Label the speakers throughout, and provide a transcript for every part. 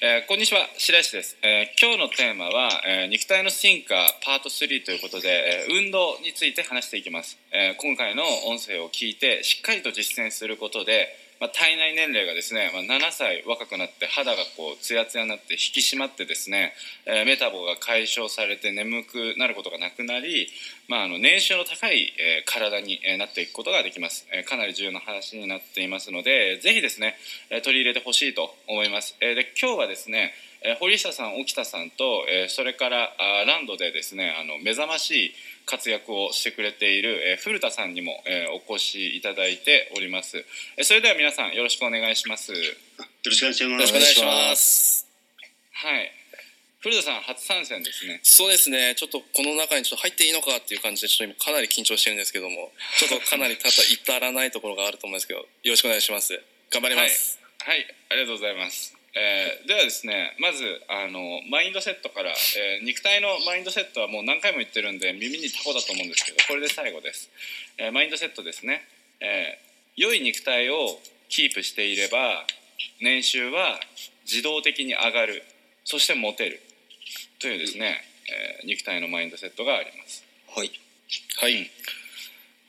Speaker 1: えーこんにちは白石です、えー今日のテーマは、えー肉体の進化パート3ということで、えー運動について話していきます、えー今回の音声を聞いてしっかりと実践することで、まあ、体内年齢がですね、まあ、7歳若くなって肌がこうツヤツヤになって引き締まってですね、えーメタボが解消されて眠くなることがなくなり、まあ、あの年収の高い、えー体に、えーなっていくことができます、えーかなり重要な話になっていますのでぜひですね、えー取り入れてほしいと思います、えーで今日はですね、えー堀下さん沖田さんと、えーそれからあーランドでですねあの目覚ましい活躍をしてくれている、えー古田さんにも、えーお越しいただいております、えーそれでは皆さんよろしくお願いします
Speaker 2: よろしくお願いします。
Speaker 1: よろしくお願いします。はい古田さん初参戦ですね
Speaker 3: そうですね。ちょっとこの中にちょっと入っていいのかっていう感じで、ちょっと今かなり緊張してるんですけども、ちょっとかなりただ至らないところがあると思うんですけど、よろしくお願いします。頑張ります。
Speaker 1: はい、ありがとうございます。えーではですね、まずあのマインドセットから、えー肉体のマインドセットはもう何回も言ってるんで耳にタコだと思うんですけど、これで最後です。えーマインドセットですね、えー良い肉体をキープしていれば年収は自動的に上がる、そしてモテるというですね、えー肉体のマインドセットがあります。
Speaker 2: はい。
Speaker 1: はい。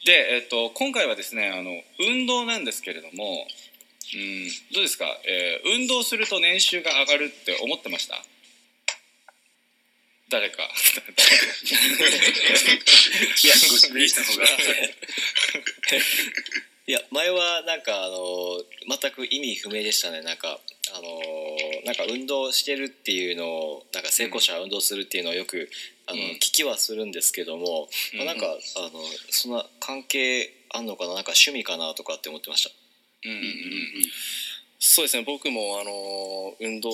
Speaker 1: で、えっと、今回はですね、あの、運動なんですけれども、うん、どうですか、えー運動すると年収が上がるって思ってました誰か。
Speaker 2: いや、ご説明した方が。
Speaker 4: いや前はなんかあの全く意味不明でしたねなんかあのなんか運動してるっていうのをなんか成功者は運動するっていうのをよくあの、
Speaker 1: うん
Speaker 4: 聞きはするんですけども、
Speaker 1: うん
Speaker 4: まあ、なんかあのそんな関係あんのかななんか趣味かなとかって思ってました。
Speaker 1: うんうんうん。
Speaker 3: そうですね。僕もあのー運動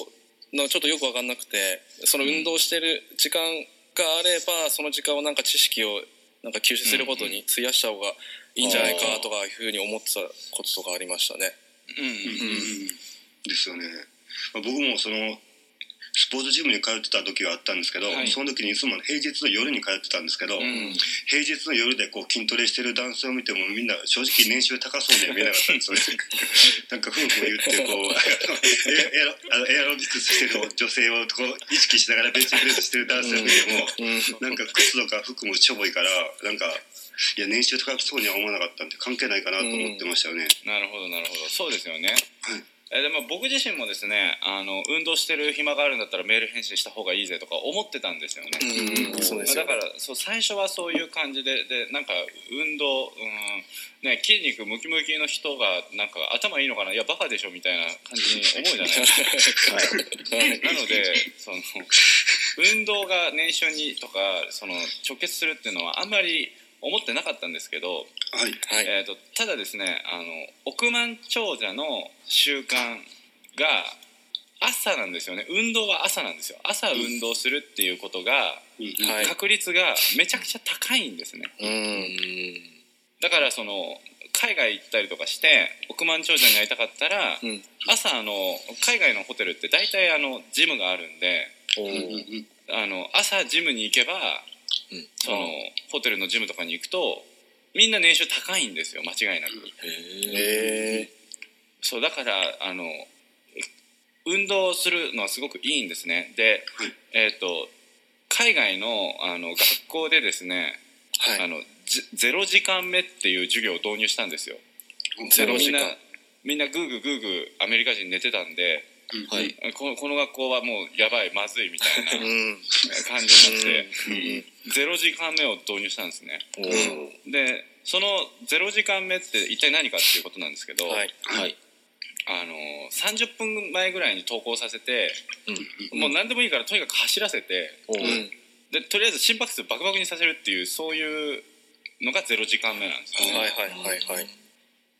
Speaker 3: のちょっとよくわかんなくて、その運動してる時間があれば、その時間をなんか知識をなんか吸収することに費やした方がいいんじゃないかとかいうふうに思ってたこととかありましたね。
Speaker 1: うんうん
Speaker 2: ですよね。まあ僕もその、スポーツジムに通ってた時があったんですけど、
Speaker 1: はい
Speaker 2: その時にいつも平日の夜に通ってたんですけど、
Speaker 1: うん
Speaker 2: 平日の夜でこう筋トレしてる男性を見てもみんな正直年収高そうには見えなかったんですよね なんか夫婦言ってこうあのエアロあのエアロビクスしてる女性をこう意識しながらベンチプレスしてる男性を見ても、なんか靴とか服もしょぼいからなんかいや年収高そうには思わなかったんで関係ないかなと思ってましたよね。
Speaker 1: なるほどなるほどそうですよね、えでも僕自身もですねあの運動してる暇があるんだったらメール返信した方がいいぜとか思ってたんですよね、
Speaker 3: うん、そうです
Speaker 1: まあ、だ
Speaker 3: よ
Speaker 1: か。らそう最初はそういう感じででなんか運動、うんね、筋肉ムキムキの人がなんか頭いいのかないやバカでしょみたいな感じに思うじゃないです か
Speaker 3: はい
Speaker 1: なのでその運動が年収にとかその直結するっていうのはあんまり思ってなかったんですけど、
Speaker 2: はい、
Speaker 3: はい。
Speaker 1: えー、とただですねあの億万長者の習慣が朝なんですよね運動は朝なんですよ朝運動するっていうことが
Speaker 2: うん
Speaker 3: はい
Speaker 1: 確率がめちゃくちゃ高いんですね
Speaker 3: うん。
Speaker 1: だからその海外行ったりとかして億万長者になりたかったら、
Speaker 3: うん
Speaker 1: 朝あの海外のホテルって大体あのジムがあるんで
Speaker 3: お
Speaker 2: うん
Speaker 3: ー
Speaker 2: うん
Speaker 1: あの朝ジムに行けば、
Speaker 4: うん
Speaker 1: そのホテルのジムとかに行くとみんな年収高いんですよ間違いなく。
Speaker 3: え
Speaker 1: そうだからあの運動するのはすごくいいんですねで、えっと海外のあの学校でですね、
Speaker 3: ー、は
Speaker 1: あ
Speaker 3: い。
Speaker 1: のゼゼロ時間目っていう授業を導入したんですよ
Speaker 3: ゼロ時間
Speaker 1: みんなみんなグーグーグーグーアメリカ人寝てたんで
Speaker 2: うん
Speaker 3: はい。
Speaker 1: このこの学校はもうやばいまずいみたいな
Speaker 3: うん。
Speaker 1: 感じになって
Speaker 2: うん
Speaker 1: ゼロ時間目を導入したんですね
Speaker 4: おー
Speaker 1: でそのゼロ時間目って一体何かっていうことなんですけど、
Speaker 3: はい。
Speaker 4: はい
Speaker 1: あの30分前ぐらいに投稿させて、
Speaker 2: うん
Speaker 1: もう何でもいいからとにかく走らせて
Speaker 4: おー
Speaker 3: うん。
Speaker 1: でとりあえず心拍数バクバクにさせるっていうそういうのが0時間目なんです
Speaker 3: はい
Speaker 1: よ、ね
Speaker 3: はいはいはい。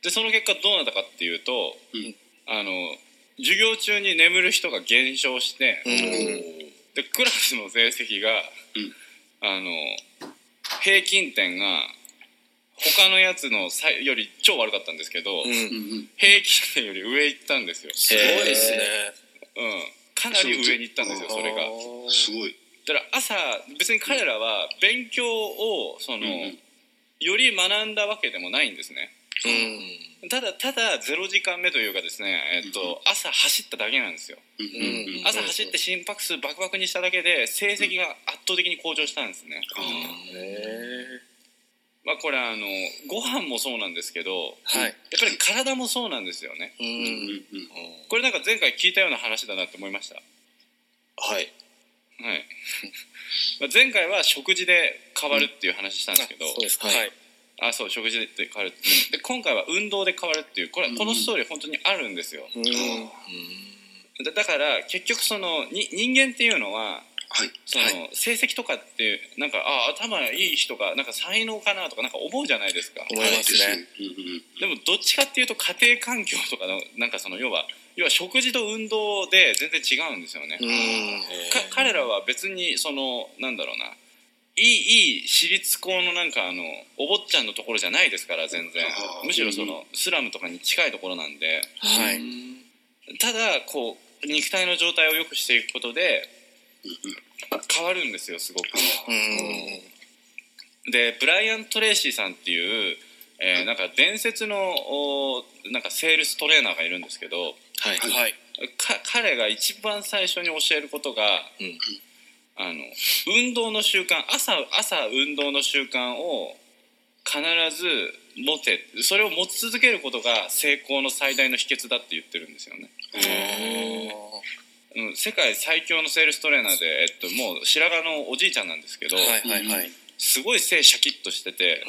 Speaker 1: でその結果どうなったかっていうと、
Speaker 2: うん
Speaker 1: あの授業中に眠る人が減少して、
Speaker 3: うん。
Speaker 1: でクラスの成績が、
Speaker 2: うん
Speaker 1: あの平均点が他のやつのさより超悪かったんですけど、
Speaker 2: うん
Speaker 3: うん。
Speaker 2: うん
Speaker 1: 平均点より上行ったんですよ、
Speaker 3: すごいですね。
Speaker 1: うん、かなり上に行ったんですよそれが。
Speaker 2: すごい。
Speaker 1: だから朝別に彼らは勉強をその、
Speaker 2: うんうん
Speaker 1: より学んだわけでもないんですね
Speaker 3: うん。
Speaker 1: ただただ0時間目というかですね、えっと
Speaker 2: うん
Speaker 1: 朝走っただけなんですよ
Speaker 2: うんうんうん
Speaker 1: 朝走って心拍数バクバクにしただけで成績が圧倒的に向上したんですね、
Speaker 2: あー
Speaker 3: へ
Speaker 1: まあこれはあのご飯もそうなんですけどやっ
Speaker 3: ーはい。
Speaker 1: ぱり体もそうなんですよね
Speaker 3: う
Speaker 2: うんうん
Speaker 3: ん。
Speaker 2: うん
Speaker 1: これなんか前回聞いたような話だなって思いました
Speaker 4: はい
Speaker 1: はいまあ前回は食事で変わるっていう話したんですけど、
Speaker 3: あそうですか。は
Speaker 4: はいい。
Speaker 1: あそう食事で変わるで今回は運動で変わるっていうこれこのストーリー本当にあるんですよ
Speaker 3: うん
Speaker 1: だだから結局そのに人間っていうのは
Speaker 2: はい
Speaker 1: その、成績とかってなんかあ頭いい人かなんか才能かなとかなんか思うじゃないですか
Speaker 3: 思いますね。
Speaker 2: うんうん
Speaker 1: でもどっちかっていうと家庭環境とかのなんかその要は要は食事と運動で全然違うんですよね、
Speaker 3: うん。
Speaker 1: か彼らは別にそのなんだろうないいいい私立校のなんかあのお坊ちゃんのところじゃないですから全然
Speaker 2: あー
Speaker 1: むしろそのスラムとかに近いところなんで
Speaker 3: はい。
Speaker 1: ただこう肉体の状態を良くしていくことで変わるんですよすごく。
Speaker 3: うん。
Speaker 1: でブライアン・トレーシーさんっていう、えーなんか伝説のおーなんかセールストレーナーがいるんですけど
Speaker 4: はい
Speaker 3: はい。
Speaker 1: か彼が一番最初に教えることが、
Speaker 4: うん
Speaker 1: あの運動の習慣朝朝運動の習慣を必ず持てそれを持ち続けることが成功の最大の秘訣だって言ってるんですよね。うん、世界最強のセールストレーナーで、えっと、もう白髪のおじいちゃんなんですけど、
Speaker 3: はいはいはい。
Speaker 1: すごい背シャキッとしてて、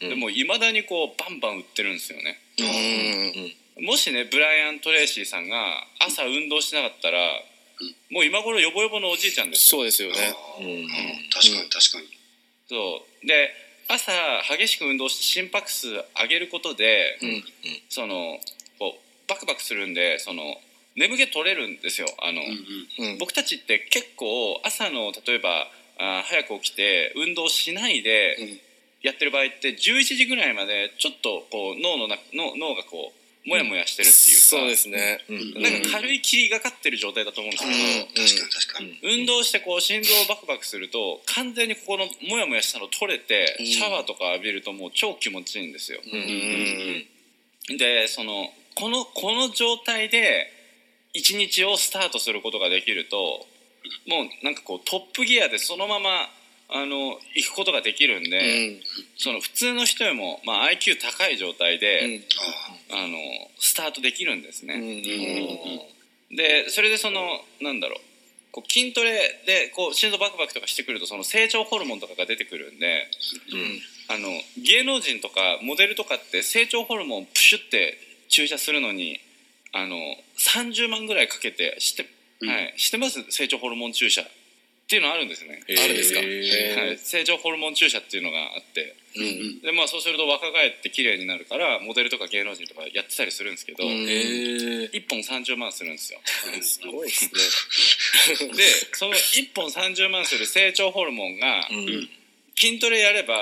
Speaker 3: うん
Speaker 4: うん
Speaker 1: でもいまだにこうバンバン売ってるんですよね
Speaker 3: うん。
Speaker 1: もしねブライアン・トレーシーさんが朝運動しなかったらもう今頃ヨボヨボのおじいちゃんですよ
Speaker 3: そうですよね。
Speaker 2: あー
Speaker 4: うん
Speaker 2: 確かに確かに
Speaker 1: そうで朝激しく運動して心拍数上げることで、
Speaker 3: うん
Speaker 1: そのこうバクバクするんでその眠気取れるんですよあの、
Speaker 3: うん。
Speaker 1: 僕たちって結構朝の例えばあー早く起きて運動しないで
Speaker 3: うん
Speaker 1: やってる場合って11時ぐらいまでちょっとこう脳の中の脳がこうモヤモヤしてるっていうか、
Speaker 3: そうですね。
Speaker 4: うん
Speaker 1: なんか軽い霧がかってる状態だと思うんですけど、
Speaker 2: 確かに確かに
Speaker 1: 運動してこう心臓をバクバクすると完全にここのモヤモヤしたの取れて
Speaker 3: うん
Speaker 1: シャワーとか浴びるともう超気持ちいいんですよ。
Speaker 3: うん。
Speaker 1: でそのこのこの状態で一日をスタートすることができるともうなんかこうトップギアでそのままあの行くことができるん
Speaker 3: う
Speaker 1: で、
Speaker 3: ん。
Speaker 1: その普通の人よりも、まあ、IQ 高い状態で、
Speaker 2: あ
Speaker 1: あのスタートできるんですね。
Speaker 2: ん
Speaker 1: でそれでそのなんだろうこう筋トレでこう心臓バクバクとかしてくるとその成長ホルモンとかが出てくるんであの芸能人とかモデルとかって成長ホルモンプシュって注射するのにあの30万ぐらいかけてして、
Speaker 2: うん
Speaker 1: はい、してます成長ホルモン注射っていうのあるんですね、
Speaker 3: あるんですか。
Speaker 1: はい、成長ホルモン注射っていうのがあってで、まあ、そうすると若返って綺麗になるからモデルとか芸能人とかやってたりするんですけど、
Speaker 3: うん
Speaker 4: へえ
Speaker 1: 1本30万するんですよ。
Speaker 2: ー
Speaker 3: すごいですね。
Speaker 1: でその1本30万する成長ホルモンが
Speaker 4: うん
Speaker 1: 筋トレやれば、
Speaker 4: ん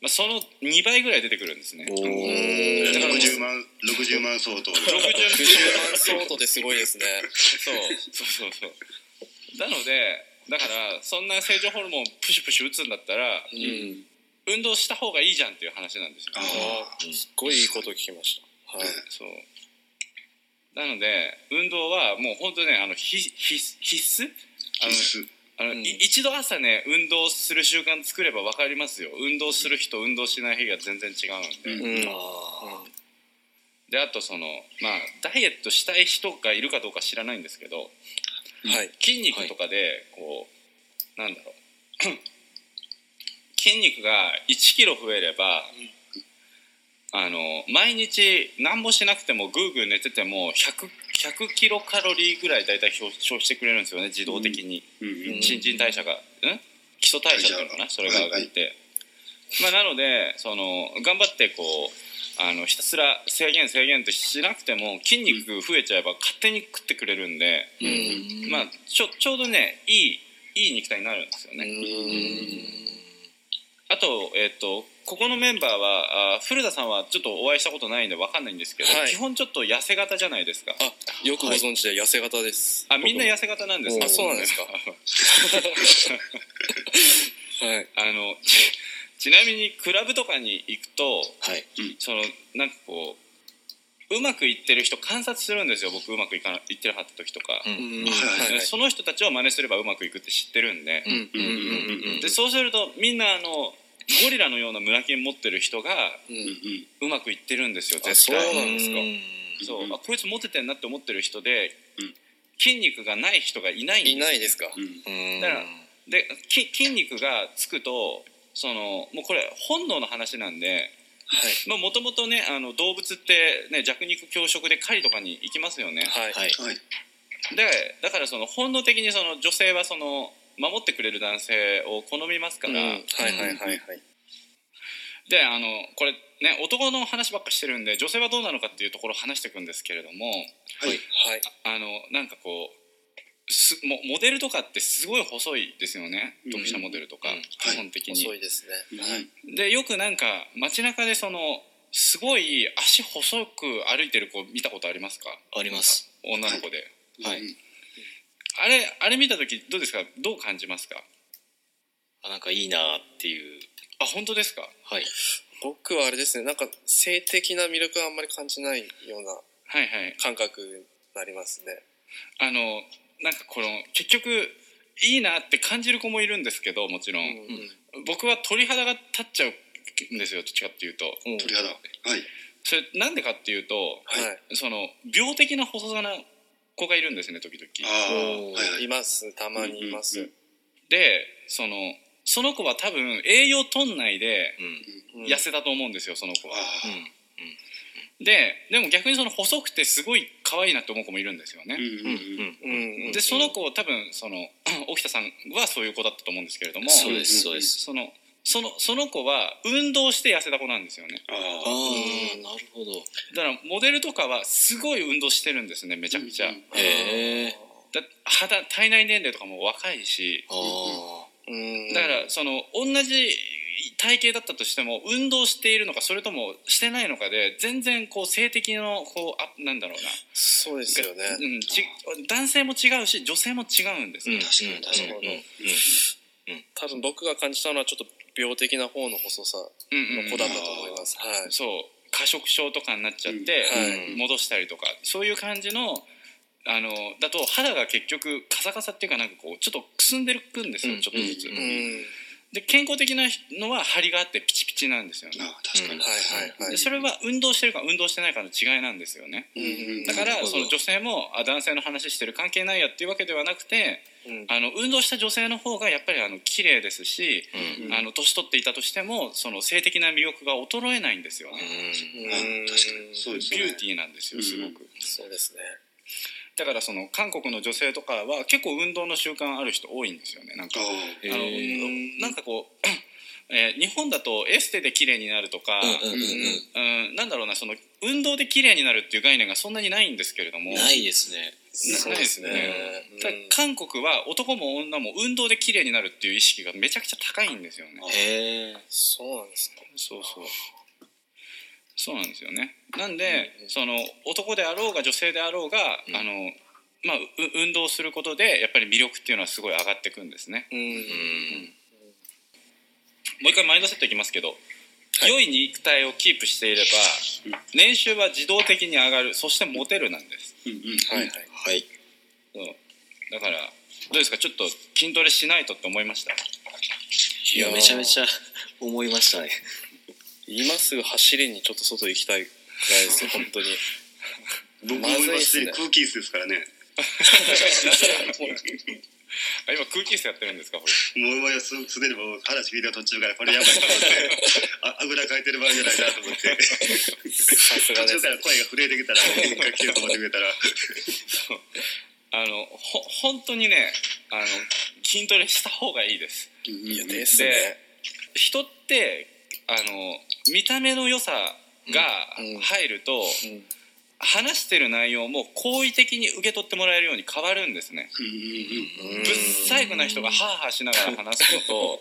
Speaker 1: まあ、その2倍ぐらい出てくるんですね。
Speaker 4: お
Speaker 2: うん
Speaker 1: だからもう
Speaker 2: 60万60万相当
Speaker 1: 60万
Speaker 3: 九十万相当ですごいですね。
Speaker 1: そうそうそうそうなのでだからそんな成長ホルモンプシュプシュ打つんだったら
Speaker 3: うん。
Speaker 1: 運動した方がいいじゃんっていう話なんですよ。
Speaker 2: あ
Speaker 3: すごいいいこと聞きました。はい。
Speaker 1: そうなので運動はもう本当ねあのひひ必須あ
Speaker 2: あ
Speaker 1: の
Speaker 2: 必須
Speaker 1: あの、
Speaker 3: うん
Speaker 1: い一度朝ね運動する習慣作れば分かりますよ運動する日と運動しない日が全然違うんで、
Speaker 2: うん
Speaker 3: うん。
Speaker 4: あ
Speaker 1: であとそのまあダイエットしたい人がいるかどうか知らないんですけど
Speaker 3: はい。
Speaker 1: 筋肉とかでこう、なんだろう 筋肉が1キロ増えれば、あの毎日何もしなくてもぐーぐー寝てても 100, 100キロカロリーぐらい大体消消費してくれるんですよね自動的に。
Speaker 2: うんうん
Speaker 1: 新陳代謝が、うん、基礎代謝っていうのかな
Speaker 2: 代謝
Speaker 1: それが上がって、まあ、なのでその頑張ってこうあのひたすら制限制限ってしなくても筋肉増えちゃえば勝手に食ってくれるんで、
Speaker 4: うん
Speaker 1: まあ、ちょちょうどねいいいい肉体になるんですよね、あと,、えっとここのメンバーはあ古田さんはちょっとお会いしたことないんで分かんないんですけど、
Speaker 3: はい
Speaker 1: 基本ちょっと痩せ型じゃないですか
Speaker 3: あ、よくご存知で痩せ型です。
Speaker 1: あみんな痩せ型なんです
Speaker 3: あそうなんです
Speaker 1: か
Speaker 3: はい。
Speaker 1: あのちちなみにクラブとかに行くと
Speaker 4: はい
Speaker 1: そのなんかこううまくいってる人観察するんですよ僕うまくいかないってなかった時とか、
Speaker 4: うん
Speaker 3: う
Speaker 2: は
Speaker 3: ん
Speaker 2: い
Speaker 3: はいはい
Speaker 1: その人たちを真似すればうまくいくって知ってるんで、
Speaker 4: うん
Speaker 2: うんうんうんうん
Speaker 1: でそうするとみんなあのゴリラのような胸筋持ってる人が
Speaker 3: う
Speaker 1: う
Speaker 3: ん
Speaker 1: まくいってるんですよ
Speaker 3: あ
Speaker 1: 絶
Speaker 3: そう
Speaker 1: 対
Speaker 3: なんですか
Speaker 1: そう
Speaker 2: うん
Speaker 1: あこいつモテてんなって思ってる人で、
Speaker 2: うん
Speaker 1: 筋肉がない人がいないんです
Speaker 3: いないですか
Speaker 2: うん
Speaker 4: うん
Speaker 1: だからでき筋肉がつくとそのもうこれ本能の話なんで
Speaker 3: はい
Speaker 1: もともとねあの動物って、ね、弱肉強食で狩りとかに行きますよね
Speaker 3: はい
Speaker 4: はい
Speaker 2: はい
Speaker 1: でだからその本能的にその女性はその守ってくれる男性を好みますか
Speaker 3: う
Speaker 1: ら、
Speaker 3: んはいはいはいはい
Speaker 1: であのこれね男の話ばっかしてるんで女性はどうなのかっていうところを話していくんですけれども
Speaker 2: はい
Speaker 3: はい
Speaker 1: あのなんかこうすもモデルとかってすごい細いですよね、
Speaker 2: うん
Speaker 1: 読者モデルとか、
Speaker 3: うん
Speaker 1: 基本的に。
Speaker 3: 遅いですね
Speaker 2: はい
Speaker 1: でよくなんか街中でそのすごい足細く歩いてる子見たことありますか
Speaker 4: あります
Speaker 1: 女の子で、
Speaker 4: はい
Speaker 1: あれあれ見た時どうですかどう感じますか
Speaker 4: あなんかいいなっていう
Speaker 1: あ本当ですか
Speaker 4: はい
Speaker 3: 僕はあれですねなんか性的な魅力はあんまり感じないような
Speaker 1: はいはい
Speaker 3: 感覚になりますね
Speaker 1: あのなんかこの結局いいなって感じる子もいるんですけどもちろん、
Speaker 3: う
Speaker 1: 僕は鳥肌が立っちゃうんですよどっちかっていうと
Speaker 3: んうん
Speaker 2: 鳥肌はい
Speaker 1: それなんでかっていうと
Speaker 3: はい
Speaker 1: その病的な細さな子がいるんですね時々
Speaker 2: ああ
Speaker 4: おー
Speaker 2: はいはい
Speaker 3: いますたまにいます
Speaker 2: うん
Speaker 1: でそのその子は多分栄養とんないで
Speaker 4: うん
Speaker 3: うん
Speaker 1: 痩せたと思うんですよその子は
Speaker 2: あ、あ
Speaker 1: ででも逆にその細くてすごい可愛いなって思う子もいるんですよ
Speaker 2: うん
Speaker 1: ね、
Speaker 2: うん
Speaker 4: うん
Speaker 2: う
Speaker 4: う
Speaker 2: ん
Speaker 4: ん
Speaker 3: うんうん
Speaker 1: でその子を多分その 沖田さんはそういう子だったと思うんですけれども
Speaker 4: そうですそうです
Speaker 1: そのそのその子は運動して痩せた子なんですよね
Speaker 2: あ
Speaker 4: あ
Speaker 2: あ
Speaker 4: あなるほど
Speaker 1: だからモデルとかはすごい運動してるんですねめちゃくちゃ、
Speaker 2: うんうん
Speaker 4: へえ
Speaker 1: だ肌体内年齢とかも若いし
Speaker 4: ああ
Speaker 3: うん
Speaker 1: だからその同じ体型だったとしても運動しているのかそれともしてないのかで全然こう性的のこうあなんだろうな
Speaker 3: そうですよね
Speaker 1: うん、ち男性も違うし女性も違うんです、
Speaker 4: うん
Speaker 2: 確かに確かに
Speaker 4: うんうん
Speaker 3: 多分僕が感じたのはちょっと病的な方の細さ
Speaker 1: うんうんうん
Speaker 3: の子だったと思いますはい
Speaker 1: そう過食症とかになっちゃって、
Speaker 3: うん
Speaker 4: はい
Speaker 1: 戻したりとかそういう感じのあのだと肌が結局カサカサっていうかなんかこうちょっとくすんでるくんですよ、
Speaker 4: うん
Speaker 1: ちょっとずつ、
Speaker 4: うん
Speaker 3: う
Speaker 1: で健康的なのは張りがあってピチピチなんですよね、
Speaker 2: ああ確か
Speaker 4: う
Speaker 2: に
Speaker 4: ん
Speaker 3: んはいはいは
Speaker 1: で
Speaker 3: い
Speaker 1: それは運動してるか運動してないかの違いなんですよね
Speaker 3: うん
Speaker 1: だから
Speaker 4: なるほど
Speaker 1: その女性もあ男性の話してる関係ないやっていうわけではなくて
Speaker 3: うん
Speaker 1: あの運動した女性の方がやっぱりあの綺麗ですし、
Speaker 4: うん
Speaker 2: うん
Speaker 1: あの年取っていたとしてもその性的な魅力が衰えないんですよね、
Speaker 4: う
Speaker 3: うん
Speaker 2: あ確かにそうですね
Speaker 1: ビューティーなんですよすごく、
Speaker 3: そうですね
Speaker 1: だからその韓国の女性とかは結構運動の習慣ある人多いんですよねなんか
Speaker 2: あ
Speaker 1: あの
Speaker 3: ー
Speaker 1: なんかこう、 えー日本だとエステで綺麗になるとか、
Speaker 4: うんうんうん
Speaker 1: うんなんだろうなその運動で綺麗になるっていう概念がそんなにないんですけれども
Speaker 4: ないですね
Speaker 3: そうですね
Speaker 1: ただ韓国は男も女も運動で綺麗になるっていう意識がめちゃくちゃ高いんですよね
Speaker 4: へえ
Speaker 3: そうなんですか
Speaker 1: そうそうそうなんですよねなんで、その男であろうが女性であろうが、
Speaker 4: うん
Speaker 1: あのまあう運動することでやっぱり魅力っていうのはすごい上がってくんですね
Speaker 3: うん
Speaker 4: うん
Speaker 1: もう一回マインドセットいきますけど、良い肉体をキープしていれば年収は自動的に上がるそしてモテるなんです
Speaker 2: うんうん
Speaker 3: はいはい
Speaker 4: はい
Speaker 1: そうだからどうですかちょっと筋トレしないとって思いま した
Speaker 4: いやめちゃめちゃ思いましたね
Speaker 3: 今すぐ走りにちょっと外行きたいくらいですよ本当に
Speaker 2: 僕も今すでに
Speaker 3: まずいっすね
Speaker 2: 空気椅子ですからね
Speaker 1: あ今空気椅子やってるんですかこれ
Speaker 2: もう今やすすでにもう話聞いた途中からこれやばいと思ってああぐらかいてる場合じゃないなと思って
Speaker 3: さす
Speaker 2: 途
Speaker 3: がで
Speaker 2: 中
Speaker 3: す
Speaker 2: から声が震えてきたらもう一回来てると思ってくれたら
Speaker 1: あのほ本当にねあの筋トレした方がいいです
Speaker 2: い
Speaker 3: ですね
Speaker 1: 人ってあの見た目の良さが
Speaker 3: うんうん
Speaker 1: 入ると、話してる内容も好意的に受け取ってもらえるように変わるんですね、
Speaker 4: うん
Speaker 1: ぶっ細工な人がハーハーしながら話すのと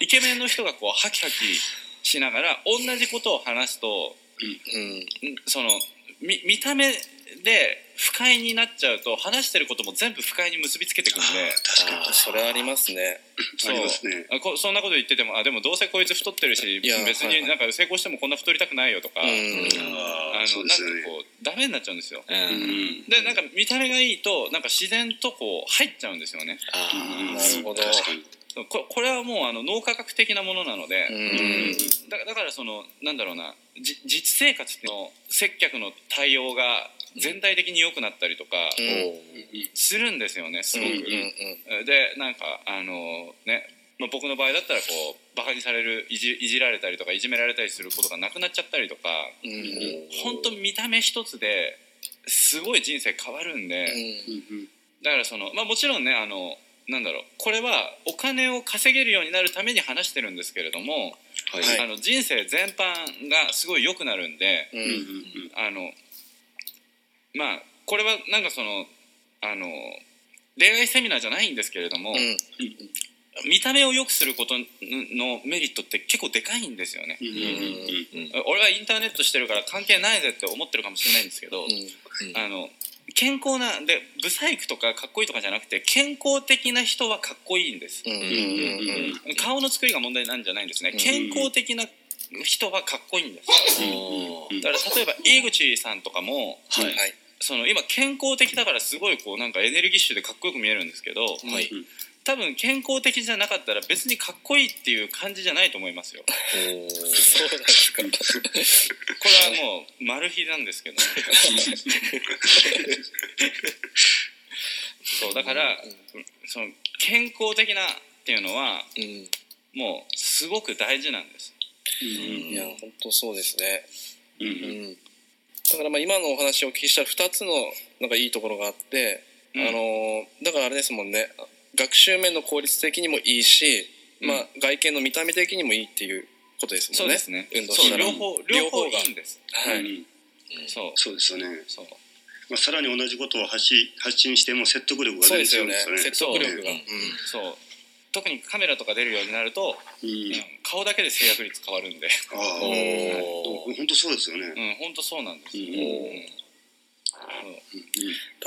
Speaker 1: イケメンの人がこうハキハキしながら同じことを話すと
Speaker 3: うん
Speaker 1: んその見見た目で不快になっちゃうと話してることも全部不快に結びつけてくるんで
Speaker 2: 確かに確か
Speaker 3: あそれありますね
Speaker 1: そう
Speaker 2: ありますね
Speaker 1: あこそんなこと言っててもあでもどうせこいつ太ってるし
Speaker 3: いや
Speaker 1: 別
Speaker 3: はい
Speaker 1: に
Speaker 3: はい
Speaker 1: なんか成功してもこんな太りたくないよとか、
Speaker 3: うん
Speaker 2: に。
Speaker 1: あ
Speaker 2: あ
Speaker 1: の
Speaker 2: あ、そうで
Speaker 1: なん
Speaker 2: す
Speaker 1: か
Speaker 2: よね。
Speaker 1: こうダメになっちゃうんですよ
Speaker 4: うんう
Speaker 2: うんん
Speaker 1: でなんか見た目がいいとなんか自然とこう入っちゃうんですよね
Speaker 4: あ
Speaker 2: うん
Speaker 4: ー
Speaker 3: なるほど
Speaker 2: 確かに。
Speaker 1: そうここれはもうあの脳科学的なものなので、
Speaker 3: うん
Speaker 1: だだからそのなんだろうなじ実生活の接客の対応が全体的に良くなったりとか
Speaker 3: うん
Speaker 1: するんですよねすごく。
Speaker 3: うんうん
Speaker 1: でなんかあのね、まあ、僕の場合だったらこうバカにされるいじいじられたりとかいじめられたりすることがなくなっちゃったりとか
Speaker 3: うん
Speaker 1: 本当見た目一つですごい人生変わるんで。
Speaker 2: うんうん
Speaker 1: だからそのまあもちろんねあのなんだろうこれはお金を稼げるようになるために話してるんですけれども、
Speaker 4: はい
Speaker 3: はい
Speaker 1: あの人生全般がすごい良くなるんで
Speaker 3: うん
Speaker 2: うん
Speaker 3: うん
Speaker 2: うん
Speaker 1: あのまあこれはなんかそのあの恋愛セミナーじゃないんですけれども、
Speaker 3: うん
Speaker 1: 見た目を良くすることのメリットって結構でかいんですよね。
Speaker 2: うんうんうん
Speaker 1: 俺はインターネットしてるから関係ないぜって思ってるかもしれないんですけど、あの健康なでブサイクとかかっこいいとかじゃなくて健康的な人はかっこいいんです
Speaker 3: うんうん
Speaker 2: うんうんうん
Speaker 1: 顔の作りが問題なんじゃないんですね
Speaker 3: うん
Speaker 1: 健康的な人はかっこいいんです
Speaker 4: うん
Speaker 1: だから例えば井口さんとかも
Speaker 2: はい
Speaker 3: はい
Speaker 1: その今健康的だからすごいこうなんかエネルギッシュでかっこよく見えるんですけど
Speaker 3: はい
Speaker 1: 多分健康的じゃなかったら別にかっこいいっていう感じじゃないと思いますよこ
Speaker 3: そうなんですか
Speaker 1: れはもうマル秘なんですけど そうだからその健康的なっていうのは
Speaker 3: うん
Speaker 1: もうすごく大事なんです。
Speaker 3: いや本当そうですね
Speaker 2: うんう
Speaker 3: うんんだからまあ今のお話をお聞きしたら2つのなんかいいところがあってあ
Speaker 1: うん
Speaker 3: のだからあれですもんね学習面の効率的にもいいしまあ外見の見た目的にもいいっていうことです
Speaker 1: そ
Speaker 3: も
Speaker 1: うん
Speaker 3: ね
Speaker 1: ですね。
Speaker 3: 運動
Speaker 1: そ
Speaker 3: し
Speaker 1: う
Speaker 3: た
Speaker 1: 両
Speaker 3: ら
Speaker 1: 方両方
Speaker 3: 両方が
Speaker 1: いいんです。
Speaker 3: は
Speaker 2: う
Speaker 3: い
Speaker 2: ん
Speaker 1: そう
Speaker 2: そうですよね。
Speaker 1: そう
Speaker 2: まあさらに同じことを発信発信しても説得力が
Speaker 3: そ
Speaker 2: 全
Speaker 3: うです
Speaker 2: 然違
Speaker 3: よ
Speaker 2: うん
Speaker 3: ね
Speaker 2: ですよね。
Speaker 3: 説得力が
Speaker 4: そうね
Speaker 1: そう。特にカメラとか出るようになると、
Speaker 2: うん
Speaker 1: うん顔だけで制約率変わるんで、
Speaker 2: あ
Speaker 4: お
Speaker 2: あ、
Speaker 4: ー
Speaker 2: 本当そうですよね。
Speaker 1: うん本当そうなんです。
Speaker 2: うん
Speaker 1: うん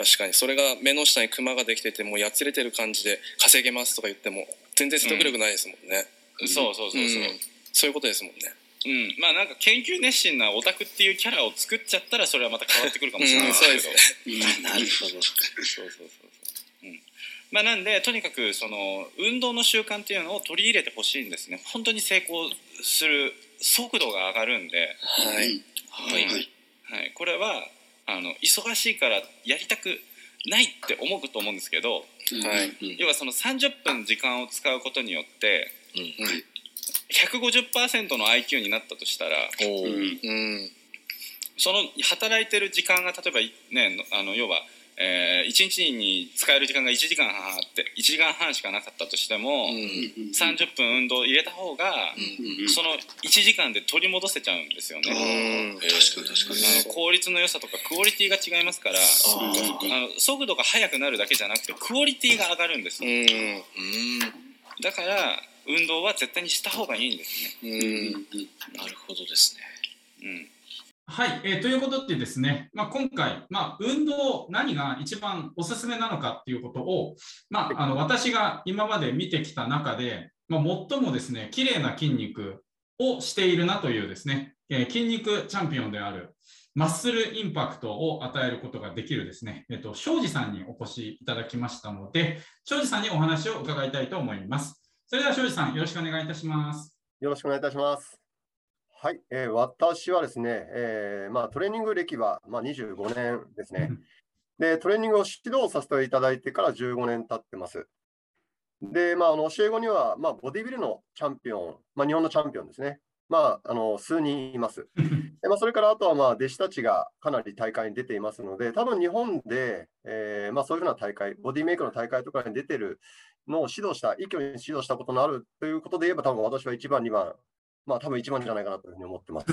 Speaker 3: 確かにそれが目の下にクマができててもうやつれてる感じで稼げますとか言っても全然説得力ないですもんね、
Speaker 1: うんそうそうそうそう。う
Speaker 3: うんそういうことですもんね
Speaker 1: んまあなんか研究熱心なオタクっていうキャラを作っちゃったらそれはまた変わってくるかもしれないですけど。
Speaker 3: うんそうで
Speaker 2: うん
Speaker 4: なるほど
Speaker 1: そうそうそうそう。うんまあ、なんでとにかくその運動の習慣っていうのを取り入れてほしいんですね本当に成功する速度が上がるんで、
Speaker 3: はい、
Speaker 1: は
Speaker 2: うんはい
Speaker 1: はい、これはあの忙しいからやりたくないって思うと思うんですけど
Speaker 3: はい
Speaker 2: うん
Speaker 1: 要はその30分時間を使うことによって150%の IQ になったとしたら
Speaker 4: おー
Speaker 2: うん
Speaker 3: うん
Speaker 1: その働いてる時間が例えばいねのあの要は、え1日に使える時間が1時間半あって1時間半しかなかったとしても、
Speaker 2: うん
Speaker 1: 30分運動を入れた方が、
Speaker 2: うん
Speaker 1: その1時間で取り戻せちゃうんですよね。
Speaker 2: あ
Speaker 1: あ
Speaker 2: ー確かに確かに。
Speaker 1: の効率の良さとかクオリティが違いますから
Speaker 2: う
Speaker 4: あ
Speaker 2: ん
Speaker 4: ー
Speaker 1: あの速度が速くなるだけじゃなくてクオリティが上がるんです
Speaker 3: う
Speaker 1: よ
Speaker 3: ん
Speaker 1: だから運動は絶対にした方がいいんです
Speaker 3: うん
Speaker 4: なるほどですね
Speaker 1: ね、
Speaker 5: はい、えーということでですね、まあ、今回、まあ、運動、何が一番おすすめなのかっていうことを、まあ、あの私が今まで見てきた中で、まあ、最もですね、綺麗な筋肉をしているなというですね、えー筋肉チャンピオンであるマッスルインパクトを与えることができるですね、えっ、と、庄司さんにお越しいただきましたので、庄司さんにお話を伺いたいと思います。それでは庄司さん、よろしくお願いいたします。
Speaker 6: よろしくお願いいたします。はい、えー私はですね、えーまあ、トレーニング歴は、まあ、25年ですね。で、トレーニングを指導させていただいてから15年経ってます。で、まあ、あの教え子には、まあ、ボディビルのチャンピオン、まあ、日本のチャンピオンですね、まあ、あの数人 います。でまあ、それからあとは、まあ、弟子たちがかなり大会に出ていますので、多分日本で、えーまあ、そういうふうな大会、ボディメイクの大会とかに出てるのを指導した、一挙に指導したことのあるということで言えば、多分私は1番、2番、まあ多分1番じゃないかなというふうに思っ てます。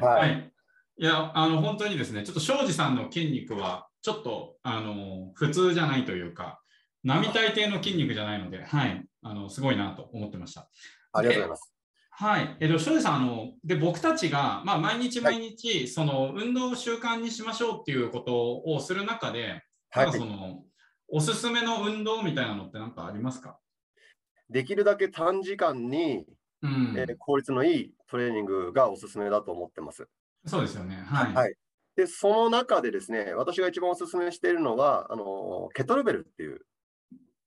Speaker 5: はい、い、やあの本当にですねちょっと庄司さんの筋肉はちょっとあの普通じゃないというか並大抵の筋肉じゃないので、はい、あのすごいなと思ってました。
Speaker 6: ありがとうございます。
Speaker 5: はい、えっと、庄司さん、あの、で、僕たちが、まあ、毎日毎日、その運動を習慣にしましょうっていうことをする中で。
Speaker 6: は
Speaker 5: なんか
Speaker 6: い
Speaker 5: そ。の、おすすめの運動みたいなのって、なんかありますか。
Speaker 6: できるだけ短時間に、
Speaker 5: うん、
Speaker 6: えー効率のいいトレーニングがおすすめだと思ってます。
Speaker 5: そうですよね。はい。
Speaker 6: はいで、その中でですね、私が一番おすすめしているのは、あのケトルベルっていう、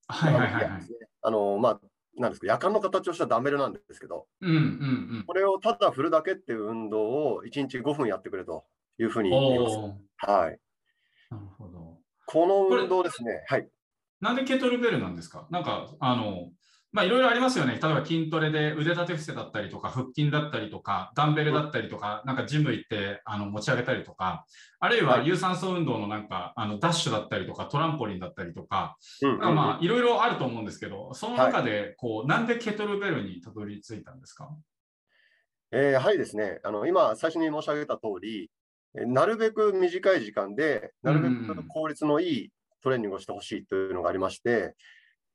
Speaker 5: はい、はい、はい、はい。
Speaker 6: あのまあ、なんですか、夜間の形をしたダンベルなんですけど、
Speaker 5: うん、うん、
Speaker 6: これをただ振るだけっていう運動を1日5分やってくれというふう
Speaker 5: う
Speaker 6: に
Speaker 5: ん。
Speaker 6: 言っていま
Speaker 5: お
Speaker 6: す。
Speaker 5: おー。
Speaker 6: はい。
Speaker 5: なるほど。
Speaker 6: この
Speaker 5: これ
Speaker 6: 運動ですね、はい。
Speaker 5: なんでケトルベルなんですかなんか、あの、まあ、いろいろありますよね。例えば筋トレで腕立て伏せだったりとか、腹筋だったりとか、ダンベルだったりとか、なんかジム行ってあの持ち上げたりとか、あるいは有酸素運動のなんか、あのダッシュだったりとか、トランポリンだったりとか、
Speaker 6: うん
Speaker 5: なんかまあ、いろいろあると思うんですけど、その中で、こう、なんでケトルベルにたどり着いたんですか
Speaker 6: えーやはりですね、あの今、最初に申し上げた通り、えーなるべく短い時間で、なるべ
Speaker 5: うん
Speaker 6: く効率のいいトレーニングをしてほしいというのがありまして、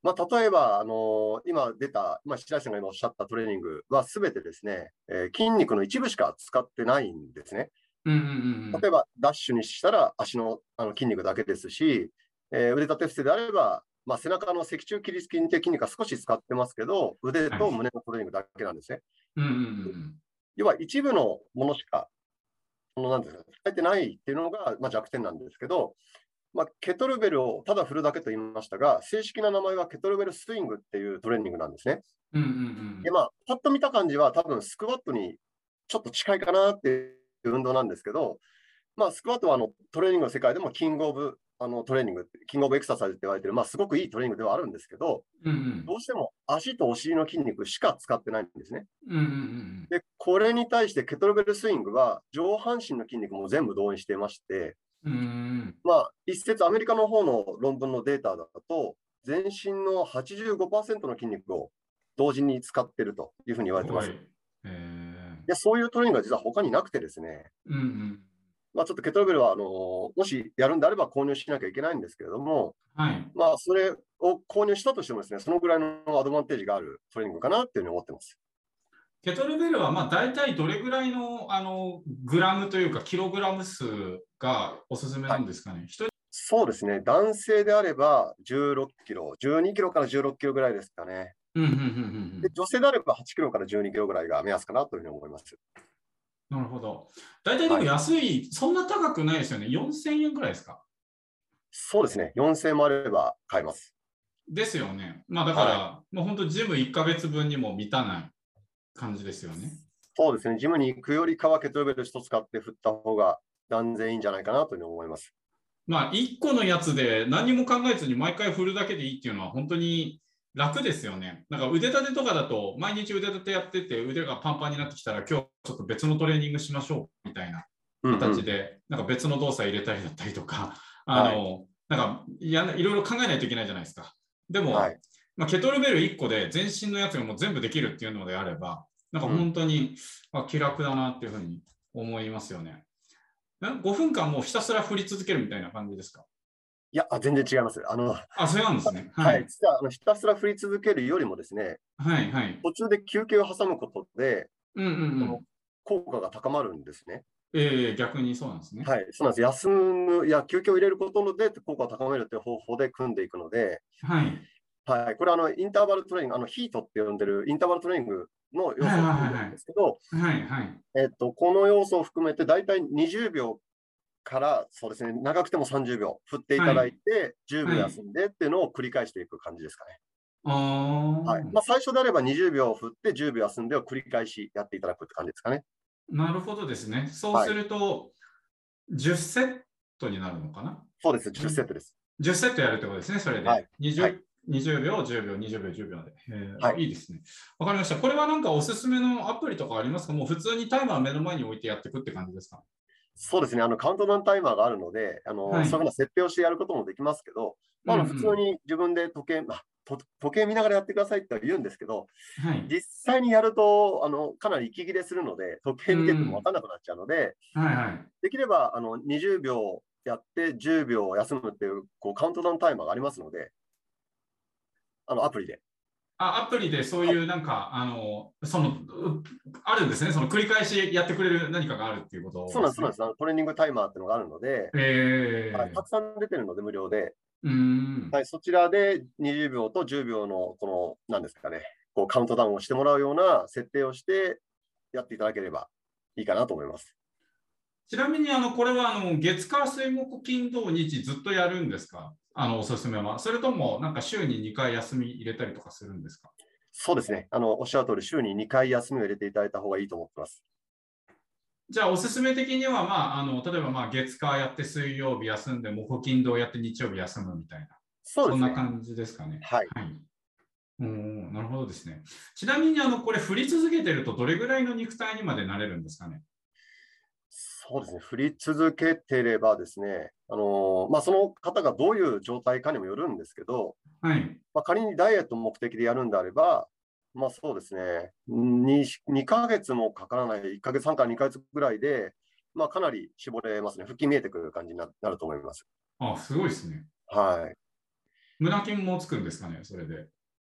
Speaker 6: まあ、例えば、あのー今出た、まあ、白石さんが今おっしゃったトレーニングは、すべてですね、えー筋肉の一部しか使ってないんですね。
Speaker 5: うんうんうんうん。
Speaker 6: 例えば、ダッシュにしたら足のあの筋肉だけですし、えー腕立て伏せであれば、まあ、背中の脊柱起立筋という筋肉は少し使ってますけど、腕と胸のトレーニングだけなんですね。
Speaker 5: うんうんうん
Speaker 6: 要は一部のものしか、そのなんていうの使えてないっていうのが、まあ、弱点なんですけど、まあ、ケトルベルをただ振るだけと言いましたが、正式な名前はケトルベルスイングっていうトレーニングなんですね。
Speaker 5: うん。うんうん
Speaker 6: で、まあ、パッと見た感じは、多分スクワットにちょっと近いかなっていう運動なんですけど、まあ、スクワットはあのトレーニングの世界でもキングオブあのトレーニングって、キングオブエクササイズって言われてる、まあ、すごくいいトレーニングではあるんですけど、
Speaker 5: うん。うんうん
Speaker 6: どうしても足とお尻の筋肉しか使ってないんですね。
Speaker 5: うんうんうん
Speaker 6: で、これに対してケトルベルスイングは上半身の筋肉も全部動員していまして、
Speaker 5: うんうん
Speaker 6: まあ、一説アメリカの方の論文のデータだと、全身の85%の筋肉を同時に使ってるというふうに言われてます。
Speaker 5: すごいえ
Speaker 6: でそういうトレーニングは実は他になくてですね、
Speaker 5: ーうんうん。
Speaker 6: まあ、ちょっとケトルベルはあのもしやるんであれば購入しなきゃいけないんですけれども、
Speaker 5: はい。
Speaker 6: まあ、それを購入したとしてもですね、そのぐらいのアドバンテージがあるトレーニングかなっていうふうに思ってます。
Speaker 5: ケトルベルはまあ大体どれぐらいのあのグラムというかキログラム数がおすすめなんですかね。人
Speaker 6: そうですね、男性であれば16キロ、12キロから16キロぐらいですかね。
Speaker 5: うんうんうん
Speaker 6: で女性であれば8キロから12キロぐらいが目安かなというふうに思います。
Speaker 5: うん、なるほど。大体でも安い,、そんな高くないですよね。4000円ぐらいですか。
Speaker 6: そうですね、4000もあれば買えます。
Speaker 5: ですよね。まあだから、もう本当ジム1ヶ月分にも満たない感じですよね。
Speaker 6: そうですね、ジムに行くよりかはケトルベル1つ買って振った方が断然いいんじゃないかなというふうに思います。
Speaker 5: まあ1個のやつで何も考えずに毎回振るだけでいいっていうのは本当に楽ですよね。なんか腕立てとかだと毎日腕立てやってて腕がパンパンになってきたら今日ちょっと別のトレーニングしましょうみたいな。
Speaker 6: うんうん
Speaker 5: 形で、なんか別の動作入れたりだったりとか、あの、なんかやないろいろ考えないといけないじゃないですか。でも、
Speaker 6: はい
Speaker 5: まあ、ケトルベル1個で全身のやつがもう全部できるっていうのであれば、なんか本当に、あ気楽だなっていうふうに思いますよね。な5分間もうひたすら振り続けるみたいな感じですか
Speaker 6: いや、あ全然違います。あの、
Speaker 5: あ、それなんですね。は
Speaker 6: はいい、。実はあのひたすら振り続けるよりもですね、
Speaker 5: はい、はい。
Speaker 6: 途中で休憩を挟むことで
Speaker 5: うんうんう
Speaker 6: あ
Speaker 5: ん
Speaker 6: の。効果が高まるんですね。
Speaker 5: えー、逆にそうなんですね。
Speaker 6: はい、そうなんです。休む、いや、休憩を入れることで効果を高めるという方法で組んでいくので、
Speaker 5: はい。
Speaker 6: はい、これあのインターバルトレーニング、あのヒートって呼んでるインターバルトレーニングの要素を
Speaker 5: はいはいはい
Speaker 6: 含めてなんですけど、
Speaker 5: はい、はい。
Speaker 6: えっと、この要素を含めて大体20秒からそうですね、長くても30秒振っていただいて、10秒休んでっていうのを繰り返していく感じですかね。
Speaker 5: ああ、
Speaker 6: はいまあ、最初であれば20秒振って10秒休んでを繰り返しやっていただくって感じですかね。
Speaker 5: なるほどですね。そう
Speaker 6: はい
Speaker 5: すると、10セットになるのかな
Speaker 6: そうです、10セットです。
Speaker 5: 10セットやるってことですね、それで。
Speaker 6: はい
Speaker 5: 20
Speaker 6: はい
Speaker 5: 20秒、10秒、20秒、10秒で。えー、
Speaker 6: はい
Speaker 5: いですね。わかりました。これはなんかおすすめのアプリとかありますかもう普通にタイマー目の前に置いてやっていくって感じですか
Speaker 6: そうですね、あのカウントダウンタイマーがあるので、あの
Speaker 5: はい
Speaker 6: そういうふうな設定をしてやることもできますけど、まあ、あの
Speaker 5: うんうん
Speaker 6: 普通に自分で時計、まあと時計見ながらやってくださいっては言うんですけど、
Speaker 5: はい。
Speaker 6: 実際にやるとあのかなり息切れするので時計見てても分からなくなっちゃうので、
Speaker 5: はいはい。
Speaker 6: できればあの20秒やって10秒休むっていうこうカウントダウンタイマーがありますのであのアプリで
Speaker 5: あアプリでそういうなんか、あの、その、うあるんですね。その繰り返しやってくれる何かがあるっていうこと、
Speaker 6: そうなんです、そうなんです。あのトレーニングタイマーっていうのがあるので、
Speaker 5: えー
Speaker 6: はい、たくさん出てるので無料で、
Speaker 5: うーん。
Speaker 6: はい、そちらで20秒と10秒のこの、なんですかね、こうカウントダウンをしてもらうような設定をしてやっていただければいいかなと思います。
Speaker 5: ちなみに、あの、これは、あの、月火水木金土日ずっとやるんですかあの、おすすめは。それとも、なんか週に2回休み入れたりとかするんですか
Speaker 6: そうですね、あのおっしゃる通り、週に2回休みを入れていただいた方がいいと思ってます。
Speaker 5: じゃあ、おすすめ的には、まあ、あの、例えば、まあ、月火やって水曜日休んで、木金土やって日曜日休むみたいな、
Speaker 6: そう
Speaker 5: そ
Speaker 6: で
Speaker 5: ん
Speaker 6: す
Speaker 5: な
Speaker 6: ね。
Speaker 5: 感じですかね。
Speaker 6: はい、
Speaker 5: はい。おーなるほどですね。ちなみに、あの、これ、振り続けてると、どれぐらいの肉体にまでなれるんですかね。
Speaker 6: そうですね、振り続けてればですね、あのまあ、その方がどういう状態かにもよるんですけど、
Speaker 5: はい。
Speaker 6: まあ、仮にダイエットを目的でやるんであれば、まあそうですね、2, 2ヶ月もかからない、1ヶ月半から2ヶ月ぐらいで、まあ、かなり絞れますね、腹筋見えてくる感じにななると思います。
Speaker 5: あ、すごいですね。
Speaker 6: はい
Speaker 5: 胸筋もつくんですかね、それで。